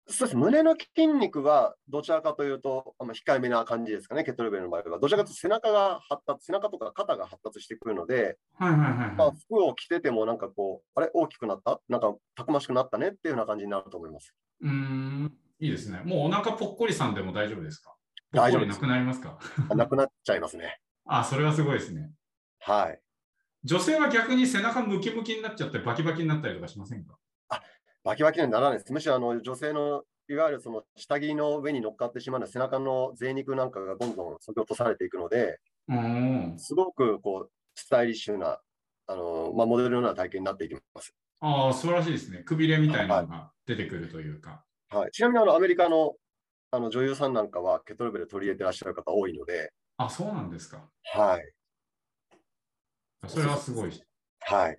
Speaker 6: そうです胸の筋肉はどちらかというと、あの控えめな感じですかね、ケトルベルの場合は。どちらかというと背中が発達、背中とか肩が発達してくるので、
Speaker 5: はいはいはい、
Speaker 6: ま
Speaker 5: は
Speaker 6: あ
Speaker 5: い。、
Speaker 6: 服を着てても、なんかこう、あれ、大きくなったなんかたくましくなったねっていうような感じになると思います。
Speaker 5: うーん、いいですね。もうお腹ぽっこりさんでも大丈夫ですかぽっ
Speaker 6: 大
Speaker 5: こ
Speaker 6: 丈夫
Speaker 5: り
Speaker 6: で
Speaker 5: な
Speaker 6: す
Speaker 5: く。なりますか
Speaker 6: あなくなっちゃいますね。
Speaker 5: あ、それはすごいですね。
Speaker 6: はい。
Speaker 5: 女性は逆に背中ムキムキになっちゃってバキバキになったりとかしませんか
Speaker 6: バキバキにはならないです。むしろあの女性のいわゆるその下着の上に乗っかってしまうのは背中の贅肉なんかがどんどん削ぎ落とされていくので、
Speaker 5: うーん。
Speaker 6: すごくこうスタイリッシュな、あのまあ、モデルのような体型になっていきます。
Speaker 5: ああ、素晴らしいですね。くびれみたいなのが出てくるというか。
Speaker 6: はい、ちなみにあのアメリカのあの女優さんなんかはケトルベル取り入れてらっしゃる方多いので、
Speaker 5: あ、そうなんですか。
Speaker 6: はい。
Speaker 5: それはすごい。
Speaker 6: はい、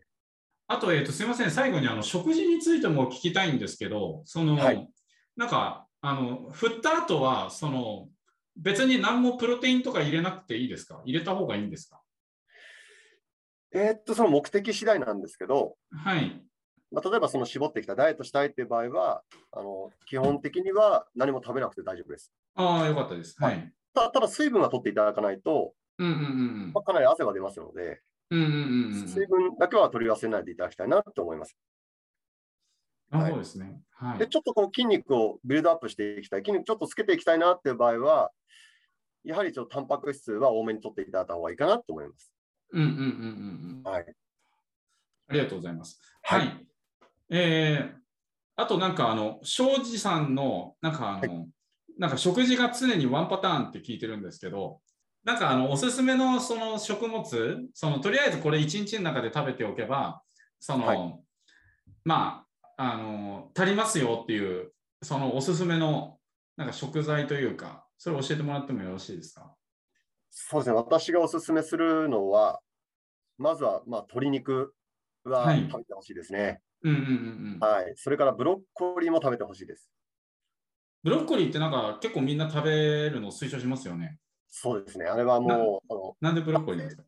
Speaker 5: あと、えーと、すみません、最後にあの食事についても聞きたいんですけど、その、
Speaker 6: はい
Speaker 5: なんか、あの振った後は、その、別に何もプロテインとか入れなくていいですか入れた方がいいんですか
Speaker 6: えーっと、その目的次第なんですけど、
Speaker 5: はい。
Speaker 6: まあ、例えばその絞ってきたダイエットしたいっていう場合は、あの基本的には何も食べなくて大丈夫です。
Speaker 5: ああ、よかったです。はい。
Speaker 6: たただ、水分は取っていただかないと、
Speaker 5: うんうん
Speaker 6: まあ、かなり汗が出ますので、
Speaker 5: うん。うんうんうんうん。
Speaker 6: 水分だけは取り忘れないでいただきたいなと思います。
Speaker 5: なるほどですね。は
Speaker 6: で、
Speaker 5: い。
Speaker 6: ちょっとこう筋肉をビルドアップしていきたい、筋肉ちょっとつけていきたいなっていう場合は、やはりちょっとタンパク質は多めに取っていただいた方がいいかなと思います。
Speaker 5: うんうんうんうんうん。
Speaker 6: はい。
Speaker 5: ありがとうございます。は。
Speaker 6: はいい
Speaker 5: えーあとなんかあの、庄司さんの、なんかあの、なんか食事が常にワンパターンって聞いてるんですけど、なんかあの、おすすめのその食物、そのとりあえずこれ一日の中で食べておけば、その、
Speaker 6: は
Speaker 5: まあ、あの、足りますよっていう、そのおすすめの、なんか食材というか、それ教えてもらってもよろしいですか
Speaker 6: そうですね、私がおすすめするのは、まずはまあ鶏肉は
Speaker 5: はい
Speaker 6: 食べてほしいですね、
Speaker 5: うんうんうんうん。
Speaker 6: はい。それからブロッコリーも食べてほしいです。
Speaker 5: ブロッコリーってなんか結構みんな食べるのを推奨しますよね。
Speaker 6: そうですね、あれはもう、あの
Speaker 5: なんでブロッコリーなんですか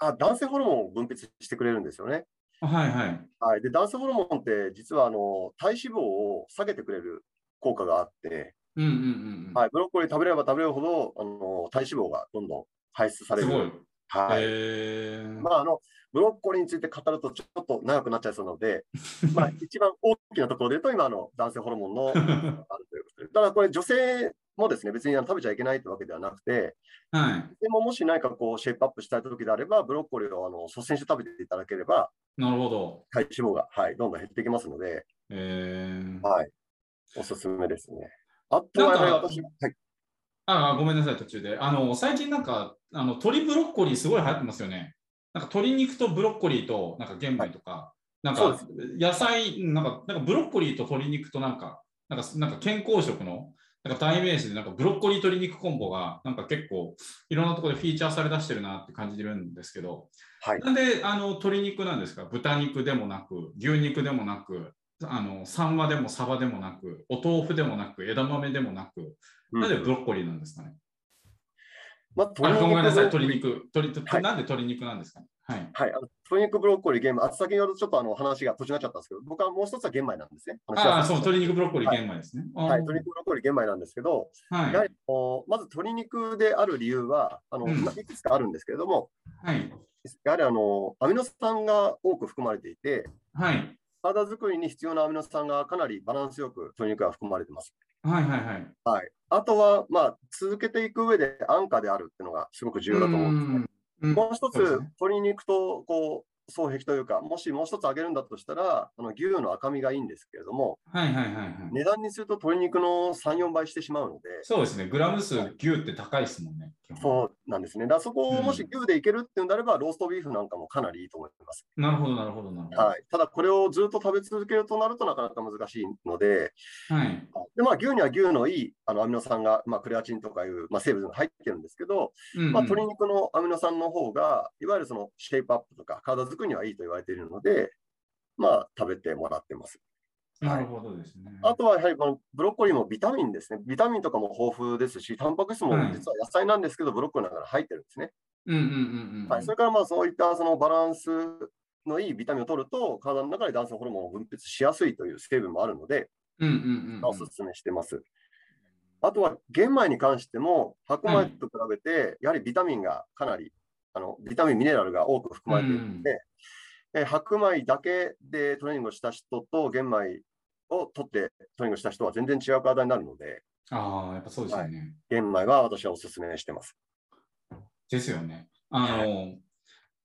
Speaker 6: あ男性ホルモンを分泌してくれるんですよね。
Speaker 5: あはいはい。
Speaker 6: はい、で男性ホルモンって実はあの体脂肪を下げてくれる効果があって、
Speaker 5: うんうんうんうん。
Speaker 6: はい、ブロッコリー食べれば食べるほどあの体脂肪がどんどん排出され
Speaker 5: す
Speaker 6: る。
Speaker 5: ごい。
Speaker 6: はい
Speaker 5: えー
Speaker 6: まあ、あのブロッコリーについて語るとちょっと長くなっちゃいそうな ので、まあ、一番大きなところで言うと今あの男性ホルモンのある ということでただこれ女性もですね別にあの食べちゃいけないというわけではなくて
Speaker 5: はい。
Speaker 6: でももし何かこうシェイプアップしたい時であればブロッコリーをあの率先して食べていただければ
Speaker 5: なるほど。
Speaker 6: 体脂肪が、はい、どんどん減っていきますので。
Speaker 5: えー
Speaker 6: はい。おすすめですね。あとはやはり
Speaker 5: なんか
Speaker 6: 私も、はい、
Speaker 5: ああ、ごめんなさい、途中で。あの、最近なんか、あの、鶏ブロッコリーすごい流行ってますよね。なんか鶏肉とブロッコリーと、なんか玄米とか、なん
Speaker 6: そう
Speaker 5: か野菜、なんか、なんかブロッコリーと鶏肉となんか、なんか、なんか健康食の、なんか代名詞で、なんかブロッコリー鶏肉コンボが、なんか結構、いろんなところでフィーチャーされだしてるなって感じてるんですけど、
Speaker 6: はい
Speaker 5: なんで、あの、鶏肉なんですか豚肉でもなく、牛肉でもなく、あの、サンマでもサバでもなく、お豆腐でもなく、枝豆でもなく、
Speaker 6: うん
Speaker 5: なんでブロッコリーなんですかね。
Speaker 6: まあ、
Speaker 5: あ、ごめんなさい、鶏
Speaker 6: 鶏肉
Speaker 5: 肉。鶏と
Speaker 6: はい
Speaker 5: なんで鶏肉なんですかね。はい。
Speaker 6: はい、あのトニックブロッコリー玄米、あ先ほどちょっとあの話が途中になっちゃったんですけど、僕はもう一つは玄米なんですね。話
Speaker 5: あ
Speaker 6: は
Speaker 5: あ、そう、鶏肉ブロッコリー玄米ですね。あ
Speaker 6: はい、
Speaker 5: ー
Speaker 6: 鶏肉ブロッコリー玄米なんですけど、
Speaker 5: はい。
Speaker 6: やはりこうまず鶏肉である理由はあの、
Speaker 5: うん
Speaker 6: いくつかあるんですけれども、
Speaker 5: はい。
Speaker 6: やはりあのアミノ酸が多く含まれていて、
Speaker 5: はい。
Speaker 6: 体作りに必要なアミノ酸がかなりバランスよく鶏肉が含まれてます。
Speaker 5: はいはいはい。
Speaker 6: あとは、まあ、続けていく上で安価であるっていうのがすごく重要だと思うんですね。
Speaker 5: うん
Speaker 6: もう一つ、
Speaker 5: そうですね
Speaker 6: 鶏肉とこう双璧というか、もしもう一つあげるんだとしたら、あの牛の赤身がいいんですけれども、
Speaker 5: はいはいはいはい。
Speaker 6: 値段にすると鶏肉の3、4倍してしまうので、
Speaker 5: そうですね、グラム数牛って高いですもんね。基本
Speaker 6: そうなんですね。だからそこ
Speaker 5: う
Speaker 6: を
Speaker 5: ん
Speaker 6: もし牛でいけるっていうんであれば、ローストビーフなんかもかなりいいと思います。
Speaker 5: なるほど、なるほど、なるほど。
Speaker 6: はい、ただ、これをずっと食べ続けるとなるとなかなか難しいので、
Speaker 5: はい。
Speaker 6: でまあ、牛には牛のいいあのアミノ酸が、まあ、クレアチンとかいう、まあ、成分が入ってるんですけど、
Speaker 5: うんうん
Speaker 6: まあ、鶏肉のアミノ酸の方が、いわゆるそのシェイプアップとか体作りにはいいと言われているので、まあ、食べてもらってます。
Speaker 5: なるほどですね。
Speaker 6: あとはやはりこのブロッコリーもビタミンですね。ビタミンとかも豊富ですし、タンパク質も
Speaker 5: はい
Speaker 6: 実は野菜なんですけど、ブロッコリーの中に入ってるんですね。
Speaker 5: うんうんうんうん。
Speaker 6: はい、それからまあそういったそのバランスのいいビタミンを取ると、体の中で男性ホルモンを分泌しやすいという成分もあるので、
Speaker 5: うんうんうん。
Speaker 6: おすすめしてます。あとは玄米に関しても、白米と比べて、やはりビタミンがかなり、あのビタミン、ミネラルが多く含まれているので、え白米だけでトレーニングをした人と玄米を取ってトレーニングした人は全然違う体になるので、
Speaker 5: ああ、やっぱそうですよね。
Speaker 6: 玄米は私はおすすめしてます。
Speaker 5: ですよね。あの、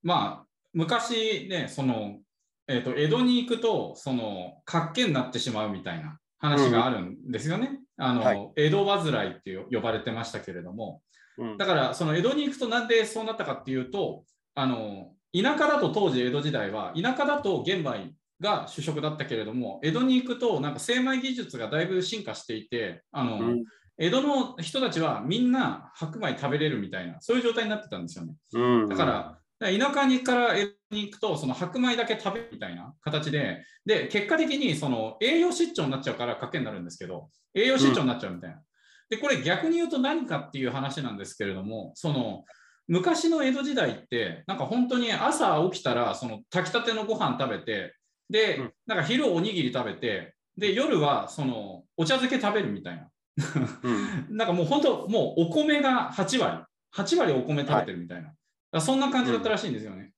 Speaker 5: まあ、昔ね、その、えっと、江戸に行くと、その、活気になってしまうみたいな話があるんですよね。あ
Speaker 6: は
Speaker 5: の、江戸煩いって呼ばれてましたけれども、
Speaker 6: うん
Speaker 5: だからその江戸に行くとなんでそうなったかっていうとあの田舎だと当時江戸時代は田舎だと玄米が主食だったけれども江戸に行くとなんか精米技術がだいぶ進化していてあの、
Speaker 6: うん
Speaker 5: 江戸の人たちはみんな白米食べれるみたいなそういう状態になってたんですよね。
Speaker 6: うん
Speaker 5: だから、田舎にから江戸に行くと、その白米だけ食べるみたいな形で、で、結果的にその栄養失調になっちゃうから賭けになるんですけど、栄養失調になっちゃうみたいな。で、これ逆に言うと何かっていう話なんですけれども、その、昔の江戸時代って、なんか本当に朝起きたら、その炊きたてのご飯食べて、で、
Speaker 6: うん
Speaker 5: なんか昼おにぎり食べて、で、夜はそのお茶漬け食べるみたいな。
Speaker 6: うん
Speaker 5: なんかもう本当、もうお米が8割、8割お米食べてるみたいな、だからそんな感じだったらしいんですよね。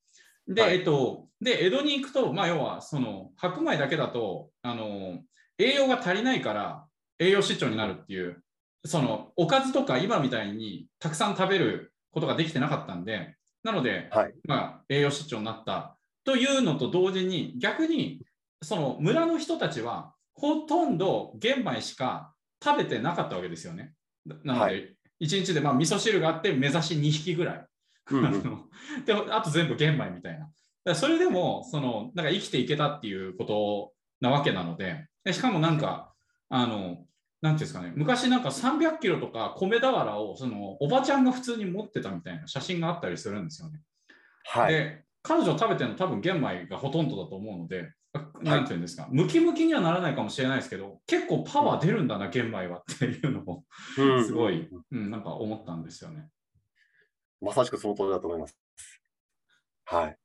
Speaker 5: で、
Speaker 6: はい
Speaker 5: えっと、で、江戸に行くと、まあ、要は、その、白米だけだと、あの、栄養が足りないから、栄養失調になるっていう、その、おかずとか今みたいにたくさん食べることができてなかったんで、なので、
Speaker 6: はい
Speaker 5: まあ、栄養失調になったというのと同時に、逆に、その、村の人たちは、ほとんど玄米しか食べてなかったわけですよね。ななの
Speaker 6: は
Speaker 5: で、一1日でまあ味噌汁があって、目指し2匹ぐらい。
Speaker 6: うんうん
Speaker 5: あのであと全部玄米みたいな。だからそれでもそのなんか生きていけたっていうことなわけなので、でしかもなんか、あのなんていうんですかね、昔なんか300キロとか米俵をそのおばちゃんが普通に持ってたみたいな写真があったりするんです よね。
Speaker 6: はい、
Speaker 5: で彼女食べてるの多分玄米がほとんどだと思うので、なんていうんですか、ムキムキにはならないかもしれないですけど、結構パワー出るんだな、玄米はっていうのを、
Speaker 6: うん
Speaker 5: すごい、うん、なんか思ったんですよね。
Speaker 6: まさしくその通りだと思います。はい。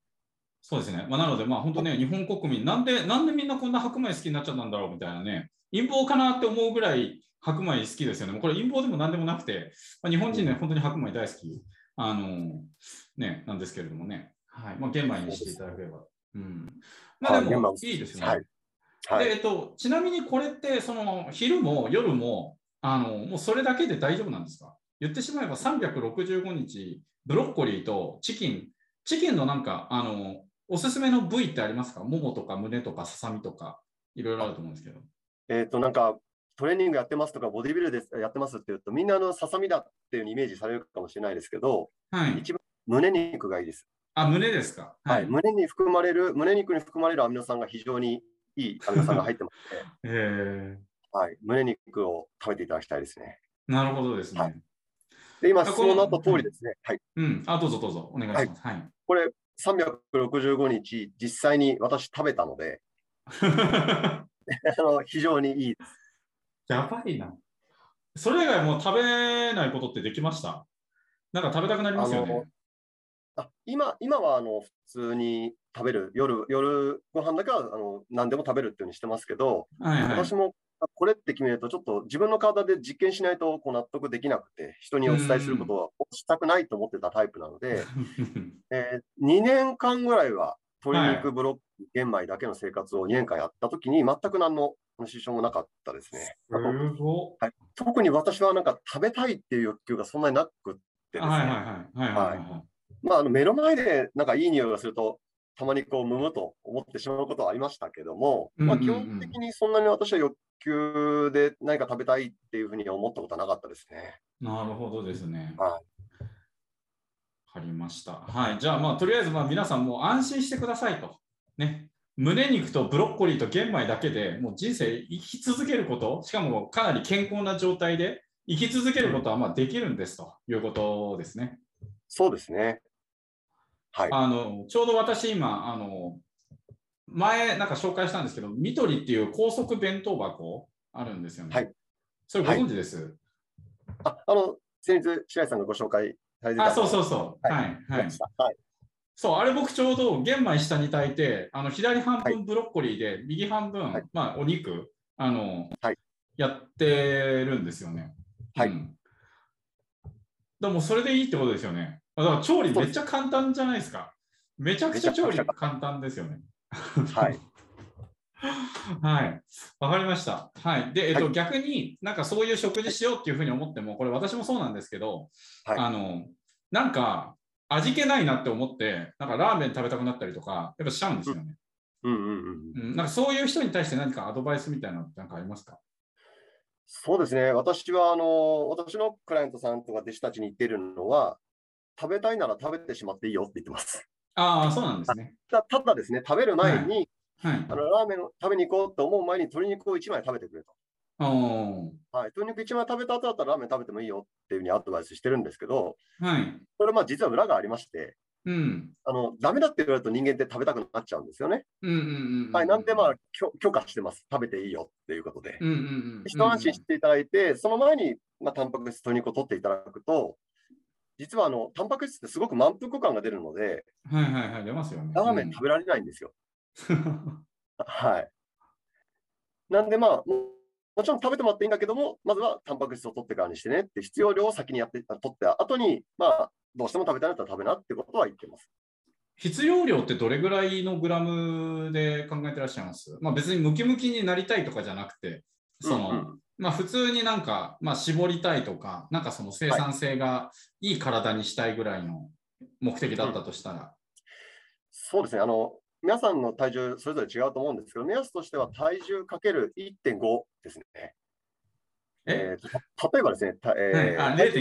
Speaker 5: そうですね。まあ、なので、まあ、本当ね、日本国民、なんで、なんでみんなこんな白米好きになっちゃったんだろうみたいなね、陰謀かなって思うぐらい白米好きですよね。もうこれ陰謀でも何でもなくて、まあ、日本人ね、本当に白米大好き、あのね、なんですけれどもね。はい。まあ、玄米にしていただければ。うん。まあ、でも
Speaker 6: は、い
Speaker 5: いいですよね。
Speaker 6: はい。は
Speaker 5: で、え
Speaker 6: い。
Speaker 5: っと、ちなみにこれって、その、昼も夜も、あの、もうそれだけで大丈夫なんですか言ってしまえば365日、ブロッコリーとチキン、チキンのなんか、あの、おすすめの部位ってありますかももとか胸とかささみとか、いろいろあると思うんですけど。
Speaker 6: えっ、と、なんか、トレーニングやってますとか、ボディビルですやってますって言うと、みんなあのささみだっていうイメージされるかもしれないですけど、
Speaker 5: はい。
Speaker 6: 一番胸肉がいいです。
Speaker 5: あ、胸ですか。
Speaker 6: はい。。胸に含まれる、胸肉に含まれるアミノ酸が非常にいいアミノ酸が入ってます ので、
Speaker 5: えー、
Speaker 6: はい。胸肉を食べていただきたいですね。
Speaker 5: なるほどですね。
Speaker 6: はいで、今、
Speaker 5: あ
Speaker 6: 質
Speaker 5: これ
Speaker 6: 問のあった通りですね。はい。
Speaker 5: うん。あ、どうぞどうぞ、お願いします。はい。
Speaker 6: これ、365日、実際に私食べたので、あの非常にいいです
Speaker 5: やばいな。それ以外もう食べないことってできましたなんか食べたくなりますよ
Speaker 6: あ
Speaker 5: ね
Speaker 6: の。あ今今はあの普通に食べる夜、夜ご飯だけはあの何でも食べるっていうようにしてますけど、
Speaker 5: はい はい。
Speaker 6: 私もあこれって決めると、ちょっと自分の体で実験しないとこう納得できなくて、人にお伝えすることはしたくないと思ってたタイプなので、えー2年間ぐらいは鶏肉、ブロッコリー、玄米だけの生活を2年間やったときに、全く何のあの支障もなかったですね。あと
Speaker 5: すご
Speaker 6: 特に私はなんか食べたいっていう欲求がそんなになくって
Speaker 5: い。
Speaker 6: ですね、
Speaker 5: はいはいはい。はいはいはい。
Speaker 6: まあ、あの目の前でなんかいい匂いがすると、たまにこう、むむと思ってしまうことはありましたけども、まあ、
Speaker 5: うんうん
Speaker 6: 基
Speaker 5: うん
Speaker 6: 本的にそんなに私は欲求で何か食べたいっていうふうに思ったことはなかったですね。
Speaker 5: なるほどですね。
Speaker 6: はい
Speaker 5: わかりました。はい。じゃあ、まあ、とりあえず、まあ、皆さんもう安心してくださいと。ね。胸肉とブロッコリーと玄米だけでもう人生生き続けること、しかもかなり健康な状態で生き続けることはまあできるんですということですね。
Speaker 6: そうですね。はい。
Speaker 5: あのちょうど私今あの前なんか紹介したんですけどニトリっていう高速弁当箱あるんですよね。
Speaker 6: はい
Speaker 5: それご存知です、
Speaker 6: あ、あの、先日、白井さんがご紹介されてた。
Speaker 5: あそうそうそう。
Speaker 6: は
Speaker 5: はい、はい
Speaker 6: ましたはい。
Speaker 5: そう、あれ僕ちょうど玄米下に炊いて、あの左半分ブロッコリーで、右半分、
Speaker 6: はい
Speaker 5: まあお肉、あの、
Speaker 6: はい
Speaker 5: やってるんですよね。
Speaker 6: はい
Speaker 5: うんでもそれでいいってことですよね。だから調理めっちゃ簡単じゃないですか。めちゃくちゃ調理簡単ですよね。
Speaker 6: はい。
Speaker 5: はい。わかりました。はい。で、えっと、
Speaker 6: はい
Speaker 5: 逆になんかそういう食事しようっていうふうに思っても、これ私もそうなんですけど、
Speaker 6: はい
Speaker 5: あの、なんか味気ないなって思って、なんかラーメン食べたくなったりとか、やっぱしちゃうんですよね。
Speaker 6: うんうんうん。
Speaker 5: うん、なんかそういう人に対して何かアドバイスみたいなのってなんかありますか
Speaker 6: そうですね。私は、あの、私のクライアントさんとか弟子たちに言ってるのは、食べたいなら食べてしまっていいよって言ってます。
Speaker 5: ああ、そうなんですね。
Speaker 6: たただですね、食べる前に、
Speaker 5: はい
Speaker 6: あ。のラーメンを食べに行こうと思う前に鶏肉を1枚食べてくれと。
Speaker 5: お
Speaker 6: はい、鶏肉1枚食べた後だったらラーメン食べてもいいよっていうふうにアドバイスしてるんですけど、
Speaker 5: ーはい。
Speaker 6: これまあ実は裏がありまして、
Speaker 5: うん。
Speaker 6: あのダメだって言われると人間って食べたくなっちゃうんですよね。
Speaker 5: うんうんうんうん。
Speaker 6: はい、なんでまあ許許可してます。食べていいよっていうことで。
Speaker 5: うんうんうん。
Speaker 6: 一安心していただいて、その前に、まあ、タンパク質、鶏肉を取っていただくと、実はあのタンパク質ってすごく満腹感が出るので、
Speaker 5: はいはいはい、出ますよね。
Speaker 6: ラーメン食べられないんですよ。
Speaker 5: うん
Speaker 6: はい。なんでまあ、ももちろん食べてもらっていいんだけども、まずはタンパク質を取ってからにしてねって、必要量を先にやって、あ取って、後に、まあ、どうしても食べたいんだったら食べなってことは言ってます。
Speaker 5: 必要量ってどれぐらいのグラムで考えてらっしゃいますまあ別にムキムキになりたいとかじゃなくて、その、
Speaker 6: うんうん
Speaker 5: まあ普通になんか、まあ絞りたいとか、なんかその生産性がいい体にしたいぐらいの目的だったとしたら。
Speaker 6: そうですね、あの、皆さんの体重、それぞれ違うと思うんですけど、目安としては体重かける1.5ですね。
Speaker 5: え
Speaker 6: えーと例えばですね、たえー
Speaker 5: はい、あ
Speaker 6: 体重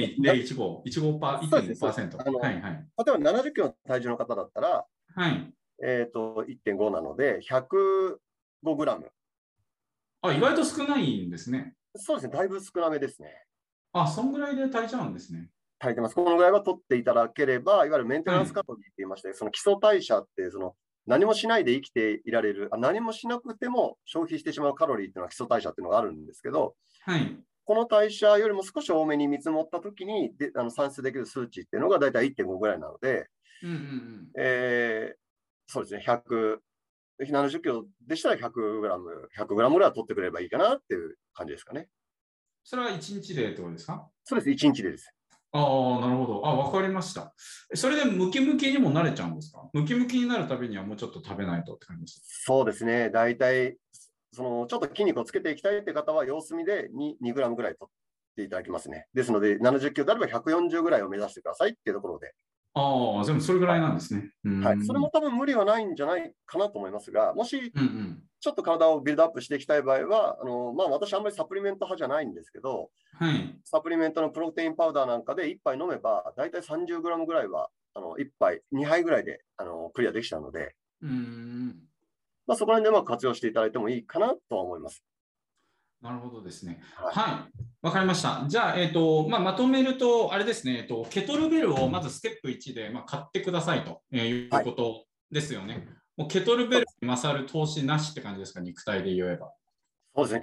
Speaker 5: 0.015、1.5%。
Speaker 6: そうですそうですあの
Speaker 5: はいはい。
Speaker 6: 例えば70キロの体重の方だったら、
Speaker 5: はい。
Speaker 6: えー、と1.5なので、105グラム。
Speaker 5: あ、意外と少ないんですね。
Speaker 6: そうですね、だいぶ少なめですね。
Speaker 5: あ、そんぐらいで足りちゃうんですね。
Speaker 6: 足りてます。このぐらいは取っていただければ、いわゆるメンテナンスカトリーって言いまして、その基礎代謝って、その何もしないで生きていられるあ、何もしなくても消費してしまうカロリーっていうのは基礎代謝っていうのがあるんですけど、
Speaker 5: はい。
Speaker 6: この代謝よりも少し多めに見積もったときにであの算出できる数値っていうのが大体1.5ぐらいなので、
Speaker 5: うんうんうん。
Speaker 6: えーそうですね、100、70キロでしたら100グラム、100グラムぐらいは取ってくれればいいかなっていう感じですかね。
Speaker 5: それは1日でってことですか
Speaker 6: そうです、1日でです。
Speaker 5: ああ、なるほど。あ、わかりました。それでムキムキにもなれちゃうんですかムキムキになるためにはもうちょっと食べないとって感じです。
Speaker 6: そうですね、大体、そのちょっと筋肉をつけていきたいって方は、様子見で 2, 2グラムぐらい取っていただきますね。ですので、70キロであれば140ぐらいを目指してくださいっていうところで、
Speaker 5: ああ、でもそれぐらいなんですね。うん
Speaker 6: はい、それも。多分無理はないんじゃないかなと思いますが、もし
Speaker 5: うんうん。
Speaker 6: ちょっと体をビルドアップしていきたい場合は、あのまあ、私、あんまりサプリメント派じゃないんですけど、
Speaker 5: はい。
Speaker 6: サプリメントのプロテインパウダーなんかで1杯飲めば、大体30グラムぐらいは、あの1杯、2杯ぐらいであのクリアできちゃうので、
Speaker 5: うん。
Speaker 6: まあ、そこら辺でうまく活用していただいてもいいかなとは思います。
Speaker 5: なるほどですね。
Speaker 6: はい
Speaker 5: はい。わかりました。じゃあ、えっ、と、まあ、まとめると、あれですね、えっ、と、ケトルベルをまずステップ1で、まあ、買ってくださいとえーいう
Speaker 6: はい
Speaker 5: ことですよね。もうケトルベルに勝る投資なしって感じですか、肉体で言えば。
Speaker 6: そうですね、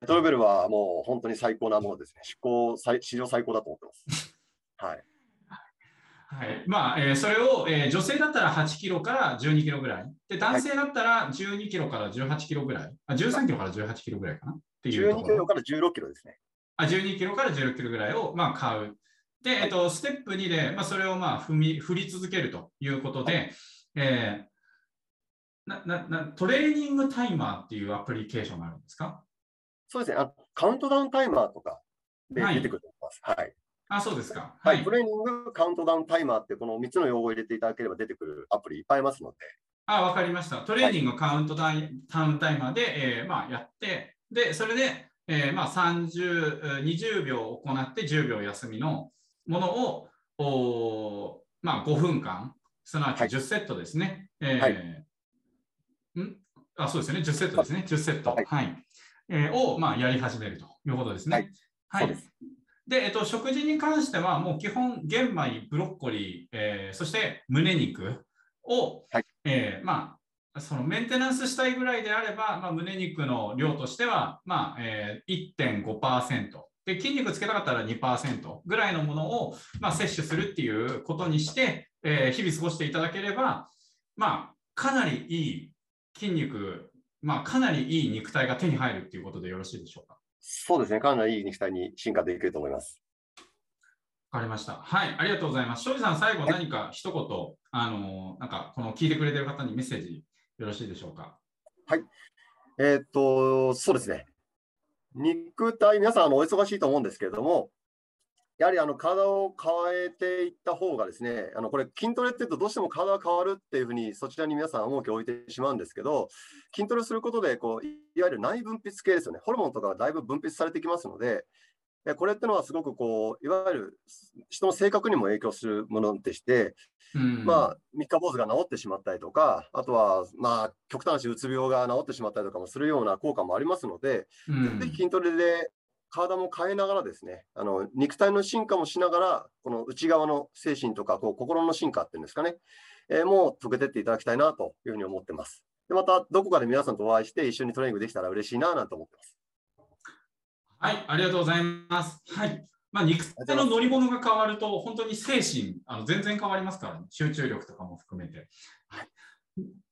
Speaker 6: ケトルベルはもう本当に最高なものですね。思考最史上最高だと思ってます。はい。
Speaker 5: はいまあえーそれを、えー女性だったら8キロから12キロぐらいで男性だったら12キロから18キロぐらいあ13キロから18キロぐらいかなっていうと
Speaker 6: 12
Speaker 5: こ
Speaker 6: キ
Speaker 5: ろ
Speaker 6: ロから16キロですね。
Speaker 5: あ12キロから16キロぐらいを、まあ、買う。で、えっと、ステップ2で、まあ、それをまあ踏み振り続けるということで、えーなななトレーニングタイマーっていうアプリケーションがあるんですか
Speaker 6: そうですね。あカウントダウンタイマーとかで
Speaker 5: はい
Speaker 6: 出てくると思います。はい。
Speaker 5: あ、そうですか。
Speaker 6: はい。トレーニング、カウントダウンタイマーって、この3つの用語を入れていただければ出てくるアプリいっぱいありますので、
Speaker 5: あ、わかりました。トレーニングカウントダウン,、タイマーで、えーまあ、やって、で、それで、えーまあ、30、えー20秒行って10秒休みのものを、おーまあ、5分間、すなわち
Speaker 6: はい
Speaker 5: 10セットですね。えー
Speaker 6: は
Speaker 5: んあ、そうですよね。10セットですね。10セット。は。
Speaker 6: はい
Speaker 5: えーを、まあ、やり始めるということです
Speaker 6: はい
Speaker 5: ね。はい。
Speaker 6: そうで
Speaker 5: で、えっと、食事に関しては、もう基本、玄米、ブロッコリー、えーそして胸肉を、
Speaker 6: はい
Speaker 5: えーまあ、そのメンテナンスしたいぐらいであれば、まあ、胸肉の量としては、まあえー、1.5%で、筋肉つけたかったら2%ぐらいのものを、まあ、摂取するっていうことにして、えー日々過ごしていただければ、まあ、かなりいい筋肉、まあ、かなりいい肉体が手に入るっていうことでよろしいでしょうか。
Speaker 6: そうですね。かなりいい肉体に進化できると思います。
Speaker 5: わかりました。はい、ありがとうございます。庄司さん、最後何か一言、あのなんかこの聞いてくれてる方にメッセージよろしいでしょうか。
Speaker 6: えーっと、そうですね。肉体、皆さんあのお忙しいと思うんですけれども、やはりあの体を変えていった方がですね、あのこれ筋トレって言うとどうしても体が変わるっていうふうにそちらに皆さん重きを置いてしまうんですけど、筋トレすることでこう、いわゆる内分泌系ですよね、ホルモンとかがだいぶ分泌されてきますので、えこれってのはすごくこう、いわゆる人の性格にも影響するものでして、
Speaker 5: うん
Speaker 6: まあ、三日坊主が治ってしまったりとか、あとは、まあ、極端な話うつ病が治ってしまったりとかもするような効果もありますので、
Speaker 5: うん
Speaker 6: ぜひ筋トレで体も変えながらですね、あの肉体の進化もしながら、この内側の精神とかこう心の進化っていうんですかね、えーもう解けてっていただきたいなというふうに思ってます。でまた、どこかで皆さんとお会いして、一緒にトレーニングできたら嬉しいななんて思ってます。
Speaker 5: はい、ありがとうございます。はい。まあ、肉体の乗り物が変わると、本当に精神、あの全然変わりますからね。集中力とかも含めて。はい。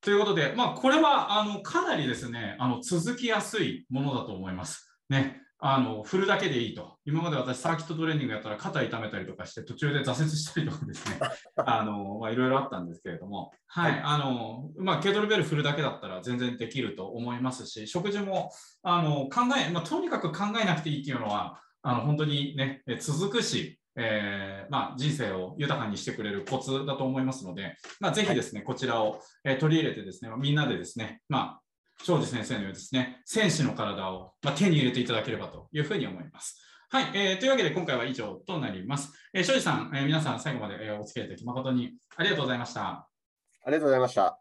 Speaker 5: ということで、まあ、これは、あの、かなりですね、あの、続きやすいものだと思います。ね。あの、振るだけでいいと。今まで私、サーキットトレーニングやったら肩痛めたりとかして、途中で挫折したりとかです ね。あの、まあ、いろいろあったんですけれども、はい。あの、まあ、ケトルベル振るだけだったら全然できると思いますし、食事も、あの考え、まあ、とにかく考えなくていいっていうのは、あの本当にね、え続くし、えーまあ、人生を豊かにしてくれるコツだと思いますので、まあ、ぜひですね、こちらを、えー取り入れてですね、みんなでですね、まあ、庄司先生のようにですね、選手の体を、まあ、手に入れていただければというふうに思います。はい、えーというわけで今回は以上となります。えー庄司さん、えー皆さん最後まで、えーお付き合いいただき誠にありがとうございました。
Speaker 6: ありがとうございました。